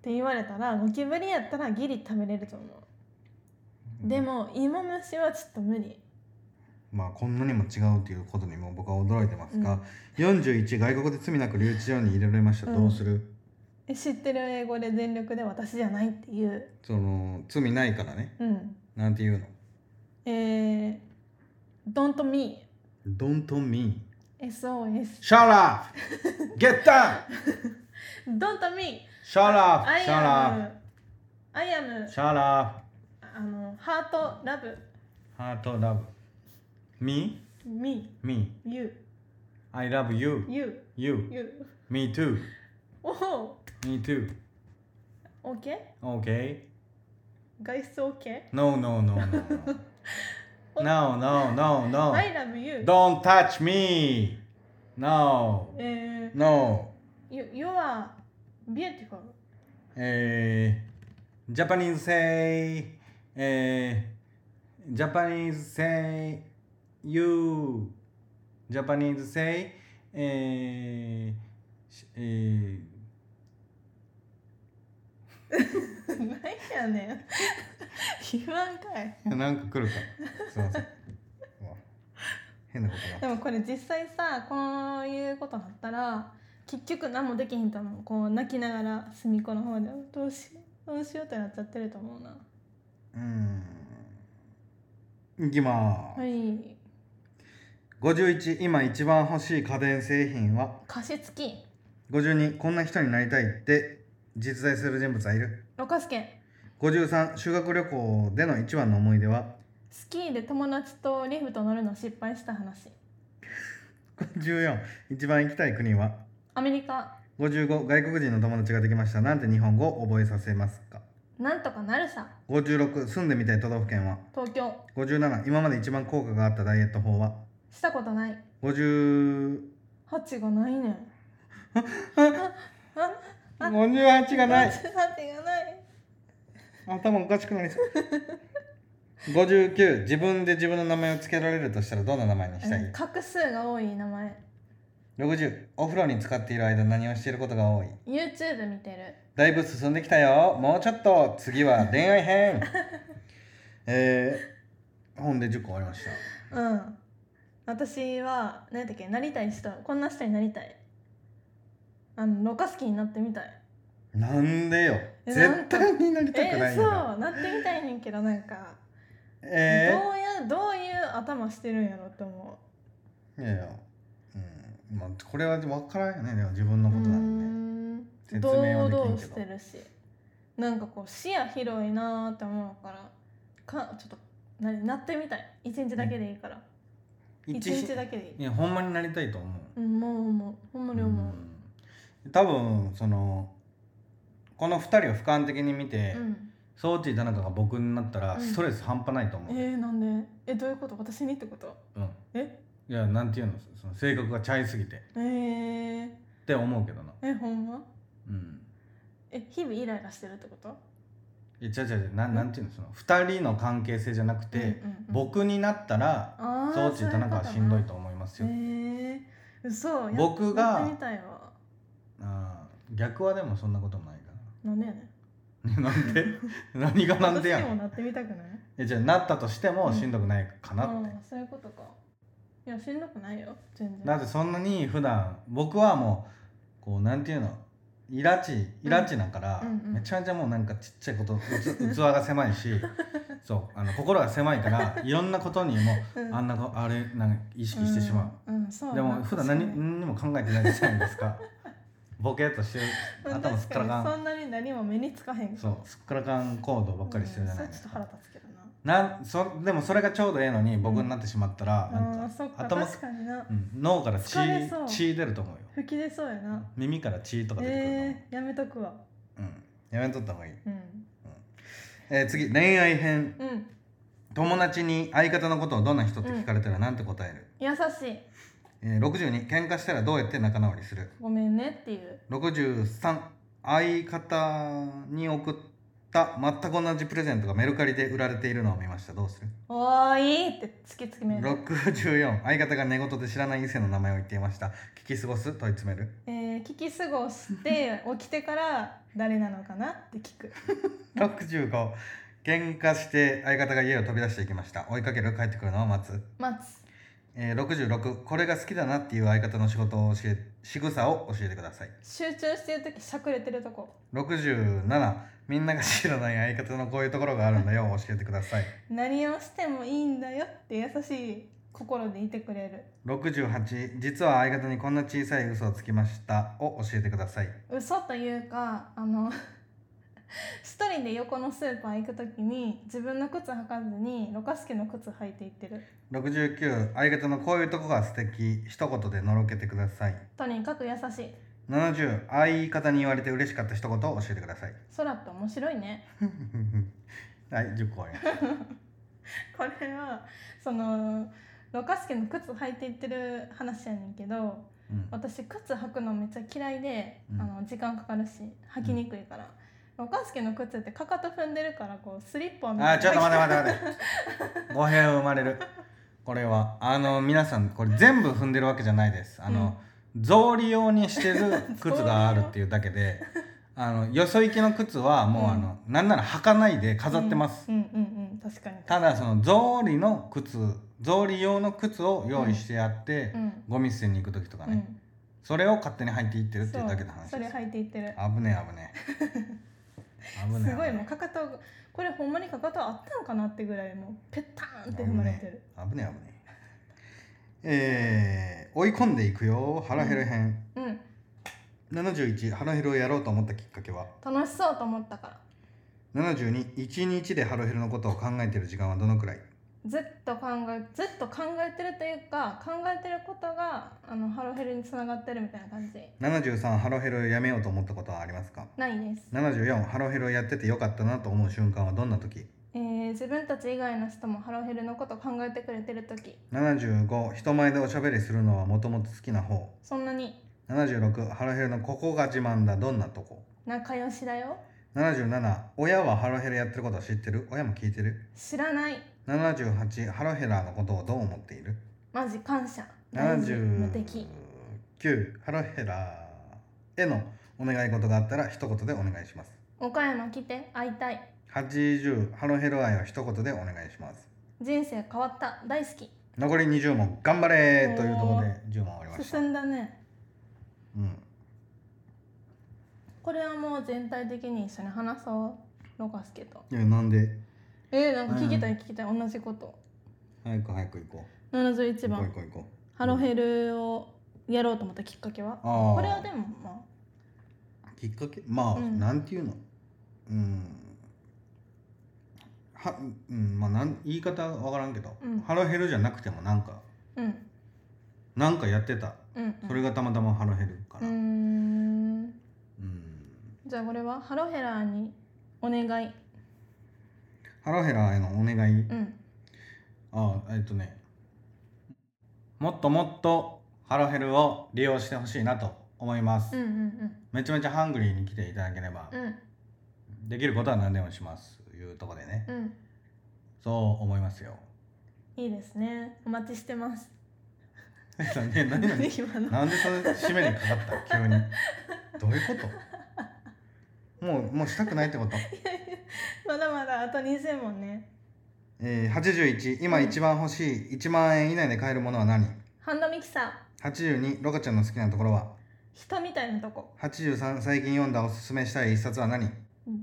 Speaker 2: て言われたらゴキブリやったらギリ食べれると思うでも芋虫はちょっと無理
Speaker 1: まあこんなにも違うということにもう僕は驚いてますが、41外国で罪なく留置所に入れられました、
Speaker 2: うん
Speaker 1: どうする
Speaker 2: え知ってる英語で全力で私じゃないっていう
Speaker 1: その罪ないからね
Speaker 2: うん
Speaker 1: なんて言うの
Speaker 2: えー、Don't me
Speaker 1: Don't tell me
Speaker 2: SOS
Speaker 1: Shut up Get down
Speaker 2: Don't me
Speaker 1: Shut up
Speaker 2: I
Speaker 1: Shut up
Speaker 2: am I am
Speaker 1: Shut up
Speaker 2: あのハートラブ
Speaker 1: Heart love Me
Speaker 2: me
Speaker 1: Me
Speaker 2: you
Speaker 1: I love you
Speaker 2: you
Speaker 1: You
Speaker 2: you
Speaker 1: Me too
Speaker 2: おお
Speaker 1: Me too
Speaker 2: OK
Speaker 1: Okay
Speaker 2: 外出 OK
Speaker 1: No no no no No no no no
Speaker 2: I love you
Speaker 1: Don't touch me No
Speaker 2: え
Speaker 1: No
Speaker 2: ー、you, you are beautiful [LAUGHS]
Speaker 1: えー、Japanese say えー、Japanese say you Japanese say えー、しえー、
Speaker 2: 何やねん言わんかい
Speaker 1: いやなんか来るかすいませんうわ変なこと
Speaker 2: で
Speaker 1: が
Speaker 2: もこれ実際さこういうことになったら結局何もできひんと思うこう泣きながら隅っこの方でどうしようどうしようってなっちゃってると思うな
Speaker 1: うーんいきまーす、
Speaker 2: はい
Speaker 1: 51今一番欲しい家電製品は
Speaker 2: 加湿器
Speaker 1: 52こんな人になりたいって実在する人物はいる
Speaker 2: ろかすけ
Speaker 1: 53修学旅行での一番の思い出は
Speaker 2: スキーで友達とリフト乗るの失敗した話
Speaker 1: 54一番行きたい国は
Speaker 2: アメリカ
Speaker 1: 55外国人の友達ができましたなんて日本語を覚えさせますか
Speaker 2: なんとかなるさ
Speaker 1: 56住んでみたい都道府県は
Speaker 2: 東京
Speaker 1: 57今まで一番効果があったダイエット法は
Speaker 2: したことない
Speaker 1: 50
Speaker 2: ハチがないねんああ
Speaker 1: 58がな
Speaker 2: ハ
Speaker 1: い
Speaker 2: チがない
Speaker 1: 頭おかしくなりそう59自分で自分の名前を付けられるとしたらどんな名前にしたい
Speaker 2: 画数が多い名前
Speaker 1: 60お風呂に浸かっている間何をしていることが多い
Speaker 2: YouTube 見てる
Speaker 1: だいぶ進んできたよもうちょっと次は恋愛
Speaker 2: [LAUGHS]
Speaker 1: 編えー、本で10個終わりました
Speaker 2: うん私は何だっけなりたい人こんな人になりたいあのろ過好きになってみたい
Speaker 1: なんでよ
Speaker 2: え
Speaker 1: 絶対になりたくな
Speaker 2: え
Speaker 1: い
Speaker 2: そ
Speaker 1: よ
Speaker 2: う
Speaker 1: な
Speaker 2: なってみたいねんけどなんか、
Speaker 1: えー
Speaker 2: どうやどういう頭してるんやろって思
Speaker 1: いやいや、うん、まあこれは分からんよねでも自分の
Speaker 2: う
Speaker 1: ことなんで
Speaker 2: うーん
Speaker 1: 説明はできんけど
Speaker 2: 堂々してるしなんかこう視野広いなーって思うからかちょっとななってみたい一日だけでいいから一
Speaker 1: 一
Speaker 2: 日だけでいい
Speaker 1: いやほんまになりたいと思う、
Speaker 2: うんもう思うほんまに思
Speaker 1: うん多分そのこの2人を俯瞰的に見て、
Speaker 2: ううん
Speaker 1: 装置田中が僕になった
Speaker 2: う
Speaker 1: ら
Speaker 2: ん
Speaker 1: ストレス半端ないと思う、
Speaker 2: えー、なんでえどういうこと私にってこと
Speaker 1: うん
Speaker 2: え
Speaker 1: いやなんていうのその性格がちゃいすぎてっ
Speaker 2: えー、
Speaker 1: て思うけどな
Speaker 2: えほんま
Speaker 1: うん
Speaker 2: え日々イライラしてるってこと
Speaker 1: いや違う違うなん
Speaker 2: うん
Speaker 1: なんていうのその2人の関係性じゃなくて、
Speaker 2: うんうんうん
Speaker 1: 僕になったら
Speaker 2: あー
Speaker 1: 装置田中はしんどいと思います
Speaker 2: そう
Speaker 1: よ
Speaker 2: いうことなえー、嘘や
Speaker 1: 僕が
Speaker 2: やってみたいわ
Speaker 1: あー逆はでもそんなこともないか
Speaker 2: なんでやねん
Speaker 1: ななんで何がなんでや
Speaker 2: 私でも
Speaker 1: ん
Speaker 2: なってみたくない
Speaker 1: えじゃあなったとしてもしんどくないかな
Speaker 2: あ
Speaker 1: って、
Speaker 2: ーそういうことかいやしんどくないよ全然
Speaker 1: なぜそんなに普段僕はもうこうなんていうのイラチイラチだから、
Speaker 2: うんうん
Speaker 1: めちゃめちゃもうなんかちっちゃいことうつ [LAUGHS] 器が狭
Speaker 2: [LAUGHS]
Speaker 1: いしそうあの心が狭いからいろんなことにも
Speaker 2: うん
Speaker 1: あんなこあれなんか意識してしまう、
Speaker 2: うん、うんそう
Speaker 1: でも普段何にも考えてないじゃないです
Speaker 2: [LAUGHS]
Speaker 1: かボケっとして頭
Speaker 2: 頭
Speaker 1: す
Speaker 2: す
Speaker 1: っか
Speaker 2: っから
Speaker 1: か
Speaker 2: らかん
Speaker 1: ん
Speaker 2: そんなに何も目につかへん
Speaker 1: そうすっからかん行動ばっかりしてるじゃない
Speaker 2: うん
Speaker 1: で
Speaker 2: そ
Speaker 1: す
Speaker 2: れちょっ
Speaker 1: か
Speaker 2: と腹立つけどな
Speaker 1: なんそでもそれがちょうどええのに僕になってしまったら、な
Speaker 2: あ
Speaker 1: ん
Speaker 2: ーそっ
Speaker 1: か
Speaker 2: か
Speaker 1: 頭
Speaker 2: 確かにな
Speaker 1: うん、脳から血
Speaker 2: 疲れそう
Speaker 1: 血出ると思うよ
Speaker 2: 吹き出そうやな
Speaker 1: 耳から血とか出てくると思う、
Speaker 2: えー、やめとくわ
Speaker 1: うん、やめとった方がいい、
Speaker 2: うん
Speaker 1: えー次恋愛編
Speaker 2: うん
Speaker 1: 友達に相方のことをどんな人って聞かれたらなんて答える、
Speaker 2: 優しい
Speaker 1: えー、62喧嘩したらどうやって仲直りする
Speaker 2: ごめんねっていう
Speaker 1: 63相方に送った全く同じプレゼントがメルカリで売られているのを見ましたどうする
Speaker 2: おーいって突きつけめる、
Speaker 1: 64相方が寝言で知らない異性の名前を言っていました聞き過ごす問い詰める
Speaker 2: えー、聞き過
Speaker 1: [LAUGHS]
Speaker 2: ごして起きてから誰なのかなって聞く
Speaker 1: 65喧嘩して相方が家を飛び出していきました追いかける帰ってくるのを待つ、
Speaker 2: 待つ
Speaker 1: えー、66これが好きだなっていう相方の仕事を教え仕草を教えてください
Speaker 2: 集中してる時しゃくれてるとこ
Speaker 1: 67みんなが知らない相方のこういうところがあるんだよ教えてください
Speaker 2: 何をしてもいいんだよって優しい心でいてくれる
Speaker 1: 68実は相方にこんな小さい嘘をつきましたを教えてください
Speaker 2: 嘘というかあの [LAUGHS] 一人で横のスーパー行く時に自分の靴履かずにろ過助の靴履いていってる
Speaker 1: 69相方のこういうとこが素敵一言でのろけてください
Speaker 2: とにかく優しい
Speaker 1: 70相方に言われて嬉しかった一言を教えてください
Speaker 2: 空って面白いね
Speaker 1: はい10個終わりました
Speaker 2: これはそのろ過助の靴履いていってる話やねんけど
Speaker 1: うん
Speaker 2: 私靴履くのめっちゃ嫌いで、
Speaker 1: うん
Speaker 2: あの時間かかるし履きにくいから。ろかすけの靴ってかかと踏んでるからこうスリッポンみたい
Speaker 1: あ
Speaker 2: な
Speaker 1: ちょっと待って待って待って語弊を生まれるこれはあの皆さんこれ全部踏んでるわけじゃないですあの、草履用にしてる靴があるっていうだけであのよそ行きの靴はもう、あのなんなら履かないで飾ってます、
Speaker 2: うんうんうんうん確かに
Speaker 1: ただその草履の靴草履用の靴を用意してあって、
Speaker 2: うん
Speaker 1: ゴミ捨てに行く時とかね、それを勝手に履いていってるっていうだけの話
Speaker 2: そ
Speaker 1: です
Speaker 2: うそれ履いていってる
Speaker 1: 危ねえ危ね
Speaker 2: [LAUGHS]
Speaker 1: え危ねえ
Speaker 2: すごい
Speaker 1: 危
Speaker 2: もう
Speaker 1: ね
Speaker 2: かかとこれほんまにかかとあったのかなってぐらいもうペッターンって踏まれてる
Speaker 1: え危ねえ危ねええー追い込んでいくよ腹減る編、
Speaker 2: うん
Speaker 1: 71腹減るをやろうと思ったきっかけは
Speaker 2: 楽しそうと思ったから
Speaker 1: 721日でハロヘルのことを考えている時間はどのくらい
Speaker 2: ずっと考えずっと考えてるというか考えてることがあのハロヘルにつながってるみたいな感じ
Speaker 1: 73ハロヘロやめようと思ったことはありますか
Speaker 2: ないです、
Speaker 1: 74ハロヘロやっててよかったなと思う瞬間はどんな時
Speaker 2: えー自分たち以外の人もハロヘルのこと考えてくれてる時
Speaker 1: 75人前でおしゃべりするのはもともと好きな方
Speaker 2: そんなに
Speaker 1: 76ハロヘロのここが自慢だどんなとこ
Speaker 2: 仲良しだよ
Speaker 1: 77親はハロヘロやってることは知ってる親も聞いてる
Speaker 2: 知らない
Speaker 1: 78ハロヘラーのことをどう思っている
Speaker 2: マジ感謝大事無敵
Speaker 1: 79ハロヘラーへのお願い事があったら一言でお願いします
Speaker 2: 岡山来て会いたい
Speaker 1: 80ハロヘロ愛を一言でお願いします
Speaker 2: 人生変わった大好き
Speaker 1: 残り20問頑張れ
Speaker 2: おー
Speaker 1: というところで10問終わりました
Speaker 2: 進んだね
Speaker 1: うん、
Speaker 2: これはもう全体的に一緒に話そうロカスケと
Speaker 1: いやなんで
Speaker 2: えー、なんか聞きたい聞きたい、同じこと
Speaker 1: 早く早く行こう
Speaker 2: 71
Speaker 1: 行こう
Speaker 2: 番
Speaker 1: 行こう行こ
Speaker 2: ハロヘルをやろうと思ったきっかけは
Speaker 1: うああ
Speaker 2: これはでもま
Speaker 1: きっかけまあ、
Speaker 2: うん
Speaker 1: なんていうのうんはうんまあなん言い方は分からんけど、
Speaker 2: うん
Speaker 1: ハロヘロじゃなくてもなんか
Speaker 2: あうん
Speaker 1: なんかやってた
Speaker 2: うん
Speaker 1: それがたまたまハロヘロか
Speaker 2: う
Speaker 1: なうん、
Speaker 2: んうーんじゃあこれはハロヘラーにお願い
Speaker 1: ハロヘラへのお願い、
Speaker 2: うん
Speaker 1: あえっとねもっともっとハロヘルを利用してほしいなと思います、
Speaker 2: うん
Speaker 1: めちゃめちゃハングリーに来ていただければ
Speaker 2: うんうんうん
Speaker 1: できることは何でもしますいうとこでね、
Speaker 2: うん
Speaker 1: そう思いますよ [LAUGHS]
Speaker 2: いいですねお待ちしてます
Speaker 1: なんでなんでなんで
Speaker 2: 今の
Speaker 1: なんでそれ締めにかかった急にどういうこともうもうしたくないってこと、
Speaker 2: [LAUGHS] まだまだあと20問ね
Speaker 1: えー、81今一番欲しい1万円以内で買えるものは何
Speaker 2: ハンドミキサー
Speaker 1: 82ロカちゃんの好きなところは
Speaker 2: 人みたいなとこ
Speaker 1: 83最近読んだおすすめしたい一冊は何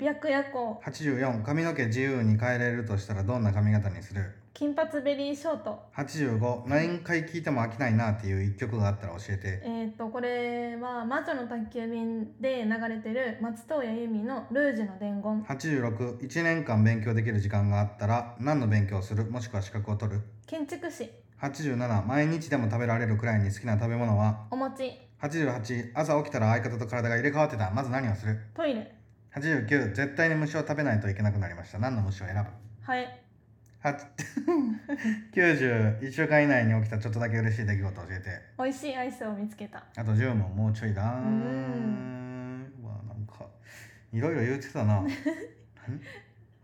Speaker 2: 白夜行
Speaker 1: 84髪の毛自由に変えれるとしたらどんな髪型にする
Speaker 2: 金髪ベリーショート
Speaker 1: 85何回聴いても飽きないなっていう一曲があったら教えて
Speaker 2: えっ、とこれは魔女の宅急便で流れてる松任谷由実の「ルージュの伝言
Speaker 1: 861年間勉強できる時間があったら何の勉強をするもしくは資格を取る」
Speaker 2: 建築士
Speaker 1: 87毎日でも食べられるくらいに好きな食べ物は
Speaker 2: お餅
Speaker 1: 88朝起きたら相方と体が入れ替わってたまず何をする
Speaker 2: トイレ
Speaker 1: 89絶対に虫を食べないといけなくなりました何の虫を選ぶ
Speaker 2: ハエ
Speaker 1: [LAUGHS] 8 91週間以内に起きたちょっとだけ嬉しい出来事を教えて
Speaker 2: 美味しいアイスを見つけた
Speaker 1: あと10問もうちょいだー
Speaker 2: う
Speaker 1: うわなんかいろいろ言ってたなん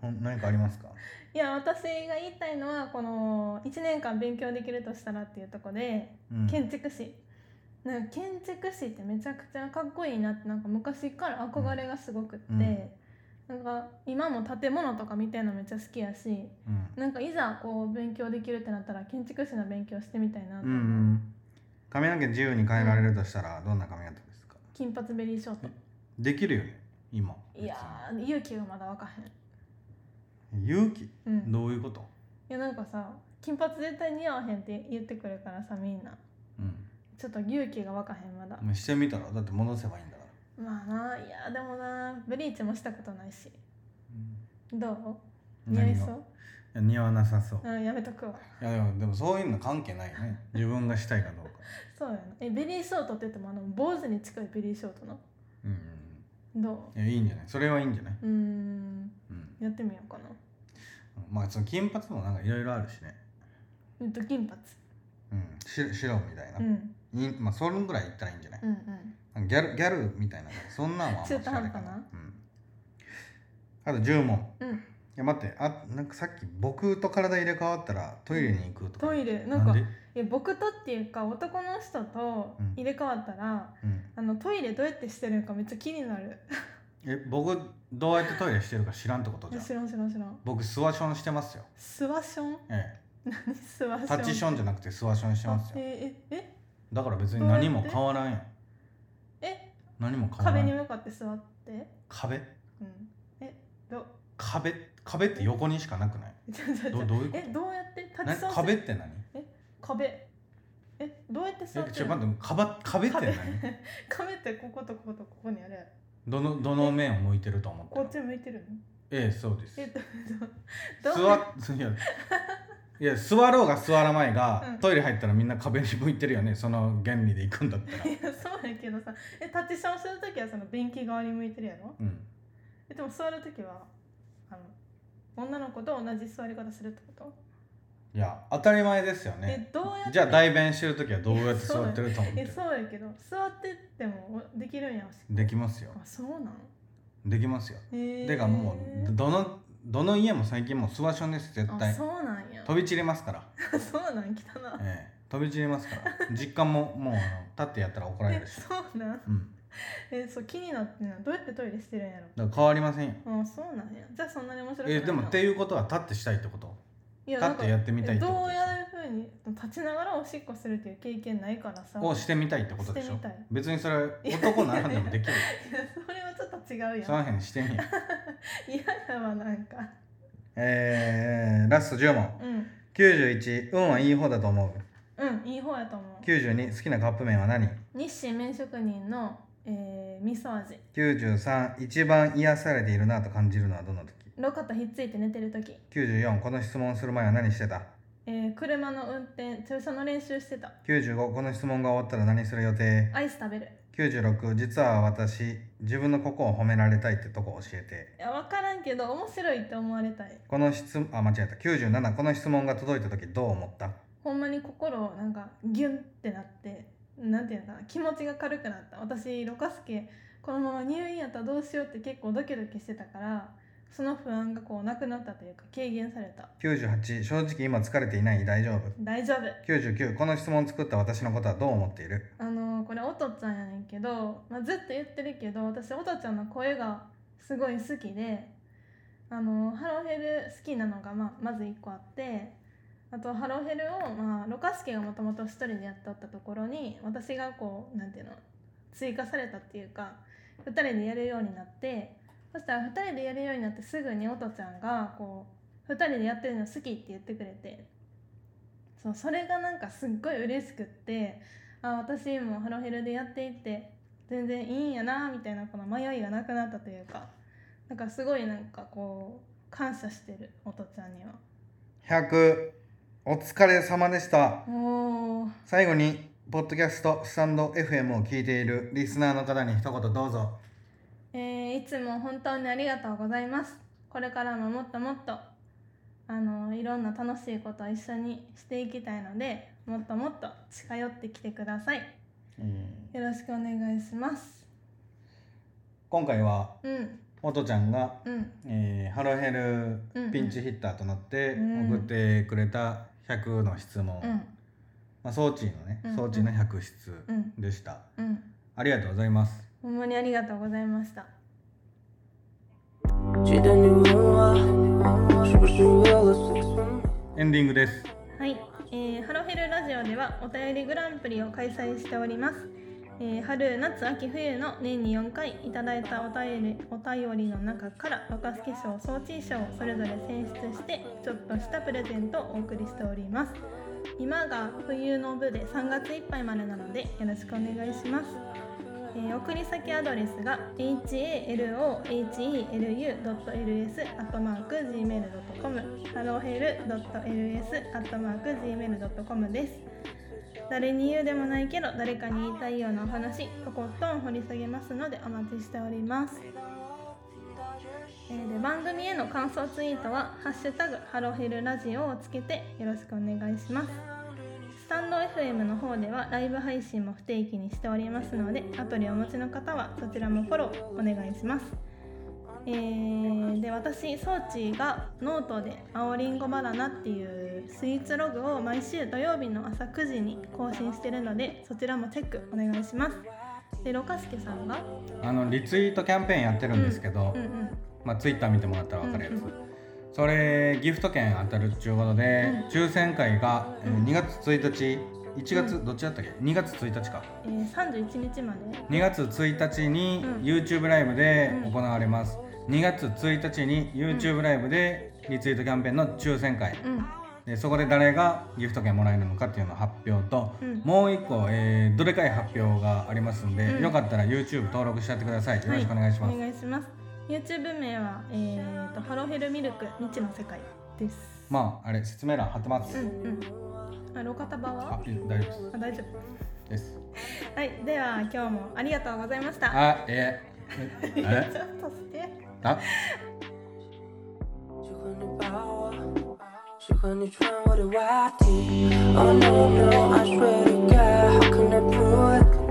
Speaker 1: ほん何かありますか
Speaker 2: いや私が言いたいのはこの1年間勉強できるとしたらっていうとこで
Speaker 1: うん
Speaker 2: 建築士なんか建築士ってめちゃくちゃかっこいいなってなんか昔から憧れがすごくって、
Speaker 1: うん
Speaker 2: なんか今も建物とか見てるのめっちゃ好きやし
Speaker 1: うん
Speaker 2: なんかいざこう勉強できるってなったら建築士の勉強してみたいなと
Speaker 1: う
Speaker 2: 思う、
Speaker 1: ん髪の毛自由に変えられるとしたらどんな髪型ですか
Speaker 2: 金髪ベリーショート
Speaker 1: できるよね今
Speaker 2: いやー勇気がまだわかへ
Speaker 1: 勇気
Speaker 2: ん、うん、い
Speaker 1: どういうこと、
Speaker 2: やなんかさ金髪絶対似合わへんって言ってくるからさみんな
Speaker 1: うん、
Speaker 2: ちょっと勇気がわかへんまだ、
Speaker 1: もうしてみたらだって戻せばいいんだから、
Speaker 2: まあないやでもなブリーチもしたことないしどう
Speaker 1: うん
Speaker 2: 似合いそ
Speaker 1: 何がいうや似合わなさそう
Speaker 2: うんやめとくわ
Speaker 1: いやでもでもそういうの関係ないよ
Speaker 2: [LAUGHS]
Speaker 1: ね自分がしたいかどうか
Speaker 2: そうやなえベリーショートって言ってもあの坊主に近いベリーショートな
Speaker 1: うん
Speaker 2: ど
Speaker 1: いやいいんじゃないそれはいいんじゃないう
Speaker 2: うーん
Speaker 1: うん
Speaker 2: やってみようかな
Speaker 1: まあその金髪もなんかいろいろあるしね
Speaker 2: えっと金髪
Speaker 1: うんし白みたいな、
Speaker 2: うん
Speaker 1: いまあそれぐらいいったらいいんじゃない
Speaker 2: うんうん
Speaker 1: なんかギャルギャルみたいなそんなんはあんまし
Speaker 2: 中途半端な
Speaker 1: あれかうん、あと10問
Speaker 2: うん
Speaker 1: いや待ってあなんかさっき僕と体入れ替わったらトイレに行くとか
Speaker 2: ト
Speaker 1: 言
Speaker 2: イ
Speaker 1: って
Speaker 2: レなんか
Speaker 1: で、
Speaker 2: え僕とっていうか男の人と
Speaker 1: うん
Speaker 2: 入れ替わったら、
Speaker 1: うん、
Speaker 2: あのトイレどうやってしてるのかめっちゃ気になる
Speaker 1: え僕どうやってトイレしてるか知らんってことじゃん
Speaker 2: 知らん知らん知らん
Speaker 1: 僕スワションしてますよ、
Speaker 2: スワション
Speaker 1: え
Speaker 2: 何スワショ
Speaker 1: え、
Speaker 2: ン
Speaker 1: タッチションじゃなくてスワションしてま
Speaker 2: あ
Speaker 1: すよ
Speaker 2: えええ
Speaker 1: だから別に何も変わらんやん
Speaker 2: え
Speaker 1: 何も変わら
Speaker 2: 壁
Speaker 1: ん
Speaker 2: に
Speaker 1: やん
Speaker 2: 向かって座って
Speaker 1: 壁
Speaker 2: うんえど
Speaker 1: 壁壁って横にしかなくない
Speaker 2: ちょちょち
Speaker 1: ど
Speaker 2: ょ
Speaker 1: どういうこ
Speaker 2: えどうやって
Speaker 1: と
Speaker 2: 立
Speaker 1: な
Speaker 2: ち座って
Speaker 1: 壁って何
Speaker 2: 壁えどうやって座っ
Speaker 1: え
Speaker 2: て
Speaker 1: ちょ
Speaker 2: る
Speaker 1: 待
Speaker 2: の
Speaker 1: ってかば壁って何 [LAUGHS]
Speaker 2: 壁壁ってこことこことここにあるやろ
Speaker 1: どのどの面を向いてると思って
Speaker 2: こ
Speaker 1: る
Speaker 2: っち向いてるの
Speaker 1: ええそうです
Speaker 2: [LAUGHS] えっとどう
Speaker 1: 座っいやいや座ろうが座らないが、
Speaker 2: うん
Speaker 1: トイレ入ったらみんな壁に向いてるよねその原理で行くんだったら
Speaker 2: いやそうやけどさえ立ちションする時はその便器側に向いてるやろ
Speaker 1: うん
Speaker 2: えでも座る時はあの女の子と同じ座り方するってこと、
Speaker 1: いや当たり前ですよね
Speaker 2: えどうやって
Speaker 1: じゃあ代弁してる時はどうやって座ってると思っ
Speaker 2: え
Speaker 1: て
Speaker 2: そうやけど座ってってもできるんや
Speaker 1: できますよ
Speaker 2: あそうなん
Speaker 1: できますよ
Speaker 2: えー、
Speaker 1: てかもうどのどの家も最近もうスワションです絶
Speaker 2: あ
Speaker 1: 対
Speaker 2: そうなんや
Speaker 1: 飛び散りますから、
Speaker 2: [LAUGHS] そうなん来たな
Speaker 1: ええ、飛び散りますから実家ももうあの立ってやったら怒られ
Speaker 2: え
Speaker 1: るし、
Speaker 2: そうなん
Speaker 1: うん、
Speaker 2: えそう気になってんなどうやってトイレしてるんやろ
Speaker 1: だから変わりませんよ
Speaker 2: あそうなんやじゃあそんなに面白くない
Speaker 1: え
Speaker 2: な
Speaker 1: でもっていうことは立ってしたいってこと
Speaker 2: いや
Speaker 1: 立
Speaker 2: なん
Speaker 1: っ
Speaker 2: か
Speaker 1: てやってみたいってこ
Speaker 2: ど
Speaker 1: と
Speaker 2: う
Speaker 1: でし
Speaker 2: やるふうに立ちながらおしっこするっていう経験ないからさ
Speaker 1: ょをしてみたいってことでし
Speaker 2: して
Speaker 1: ょ
Speaker 2: みたい
Speaker 1: 別にそれ男ならでもでき
Speaker 2: [LAUGHS]
Speaker 1: る
Speaker 2: いやそれはちょっと違う
Speaker 1: その
Speaker 2: やん
Speaker 1: 辺にしてみよ
Speaker 2: 嫌やわなんか
Speaker 1: えー、ラスト10問
Speaker 2: うん
Speaker 1: 91運はいい方だと思う
Speaker 2: うんいい方やと思う
Speaker 1: 92好きなカップ麺は何
Speaker 2: 日清麺職人の、えー、味噌味
Speaker 1: 93一番癒されているなと感じるのはどの時
Speaker 2: ロカとひっついて寝てる時、
Speaker 1: 94この質問する前は何してた
Speaker 2: えー、車の運転駐車の練習してた
Speaker 1: 95この質問が終わったら何する予定
Speaker 2: アイス食べる
Speaker 1: 96実は私自分のここを褒められたいってとこ教えて
Speaker 2: いや分からんけど面白いって思われたい
Speaker 1: この質あ間違えた97この質問が届いた時どう思った
Speaker 2: ほんまに心をなんかギュンってなってなんていうのかな気持ちが軽くなった私ロカスケこのまま入院やったらどうしようって結構ドキドキしてたからその不安がこうなくなったというか軽減された
Speaker 1: 98正直今疲れていない大丈夫
Speaker 2: 大丈夫
Speaker 1: 99この質問を作った私のことはどう思っている
Speaker 2: あのーこれおとちゃんやねんけど、まあ、ずっと言ってるけど私おとちゃんの声がすごい好きで、あのーハローヘル好きなのがまあまず1個あってあとハローヘルを、まあ、ロカスケがもともと1人でやっとったところに私がこうなんていうの追加されたっていうか2人でやるようになってそしたら2人でやるようになってすぐにおとちゃんがこう2人でやってるの好きって言ってくれてそうそれがなんかすっごい嬉しくって。あ私もハロヘルでやっていって全然いいんやなみたいなこの迷いがなくなったというかなんかすごいなんかこう感謝してるおとちゃんには
Speaker 1: 100お疲れ様でした
Speaker 2: おー
Speaker 1: 最後にポッドキャストスタンド FM を聞いているリスナーの方に一言どうぞ
Speaker 2: えーいつも本当にありがとうございますこれからももっともっとあのいろんな楽しいことを一緒にしていきたいのでもっともっと近寄ってきてくださいよろしくお願いします
Speaker 1: 今回は
Speaker 2: うん
Speaker 1: おとちゃんが、
Speaker 2: うん
Speaker 1: えーハロヘルピンチヒッターとなって
Speaker 2: うんうん
Speaker 1: 送ってくれた100の質問、
Speaker 2: うん
Speaker 1: まあ、装置のね
Speaker 2: うん
Speaker 1: 装置の100質
Speaker 2: うん
Speaker 1: でした、
Speaker 2: うん
Speaker 1: ありがとうございます
Speaker 2: ほんまにありがとうございました
Speaker 3: 记得你问我，是不是为了生存？
Speaker 1: エンディングです
Speaker 2: はい、えーハロヘルラジオではお便りグランプリを開催しております。えー春、夏、秋、冬の年に4回いただいたお便りお便りの中から若助賞、装置賞をそれぞれ選出してちょっとしたプレゼントをお送りしております。今が冬の部で3月いっぱいまでなのでよろしくお願いします。えー送り先アドレスが halohelu.ls.gmail.com halohel.ls.gmail.com です誰に言うでもないけど誰かに言いたいようなお話とことん掘り下げますのでお待ちしておりますえーで番組への感想ツイートは「ハッシュタグハロヘルラジオ」をつけてよろしくお願いしますスタンド FM の方ではライブ配信も不定期にしておりますのでアプリをお持ちの方はそちらもフォローお願いしますえーで私装置がノートで「青りんごバナナ」っていうスイーツログを毎週土曜日の朝9時に更新してるのでそちらもチェックお願いしますでろかすけさんが
Speaker 1: あのリツイートキャンペーンやってるんですけど、
Speaker 2: うんうん
Speaker 1: まあ、ツイッター見てもらったら分かるやつ、
Speaker 2: うんう
Speaker 1: それギフト券当たるっちゅうことで、抽選会が、えー
Speaker 2: うん
Speaker 1: 2月1日1月、どっちだったっけ2月1日か
Speaker 2: えー、31日まで
Speaker 1: 2月1日に
Speaker 2: うん
Speaker 1: YouTube ライブで
Speaker 2: うん
Speaker 1: 行われます、2月1日に YouTube ライブでリツイートキャンペーンの抽選会、
Speaker 2: うん
Speaker 1: でそこで誰がギフト券もらえるのかっていうのを発表と、
Speaker 2: うん
Speaker 1: もう一個、えーどでかい発表がありますんで、
Speaker 2: うん
Speaker 1: よかったら YouTube 登録しちゃってくださいよろしくお願いします、
Speaker 2: はい、お願いします YouTube 名は、えー、とハロヘルミルク未知の世界ってです
Speaker 1: まああれ説明欄貼ってます、
Speaker 2: うんうんあロカタバ
Speaker 1: あ
Speaker 2: はい
Speaker 1: い大丈夫
Speaker 2: あ大丈
Speaker 1: ですです
Speaker 2: はいでは今日もありがとうございました
Speaker 1: あええ
Speaker 2: [LAUGHS] ちょ
Speaker 1: え
Speaker 2: っとして
Speaker 1: あ
Speaker 3: 喜欢你把我，喜欢你穿我的袜底。Oh no no, I swear to God, how can I prove it?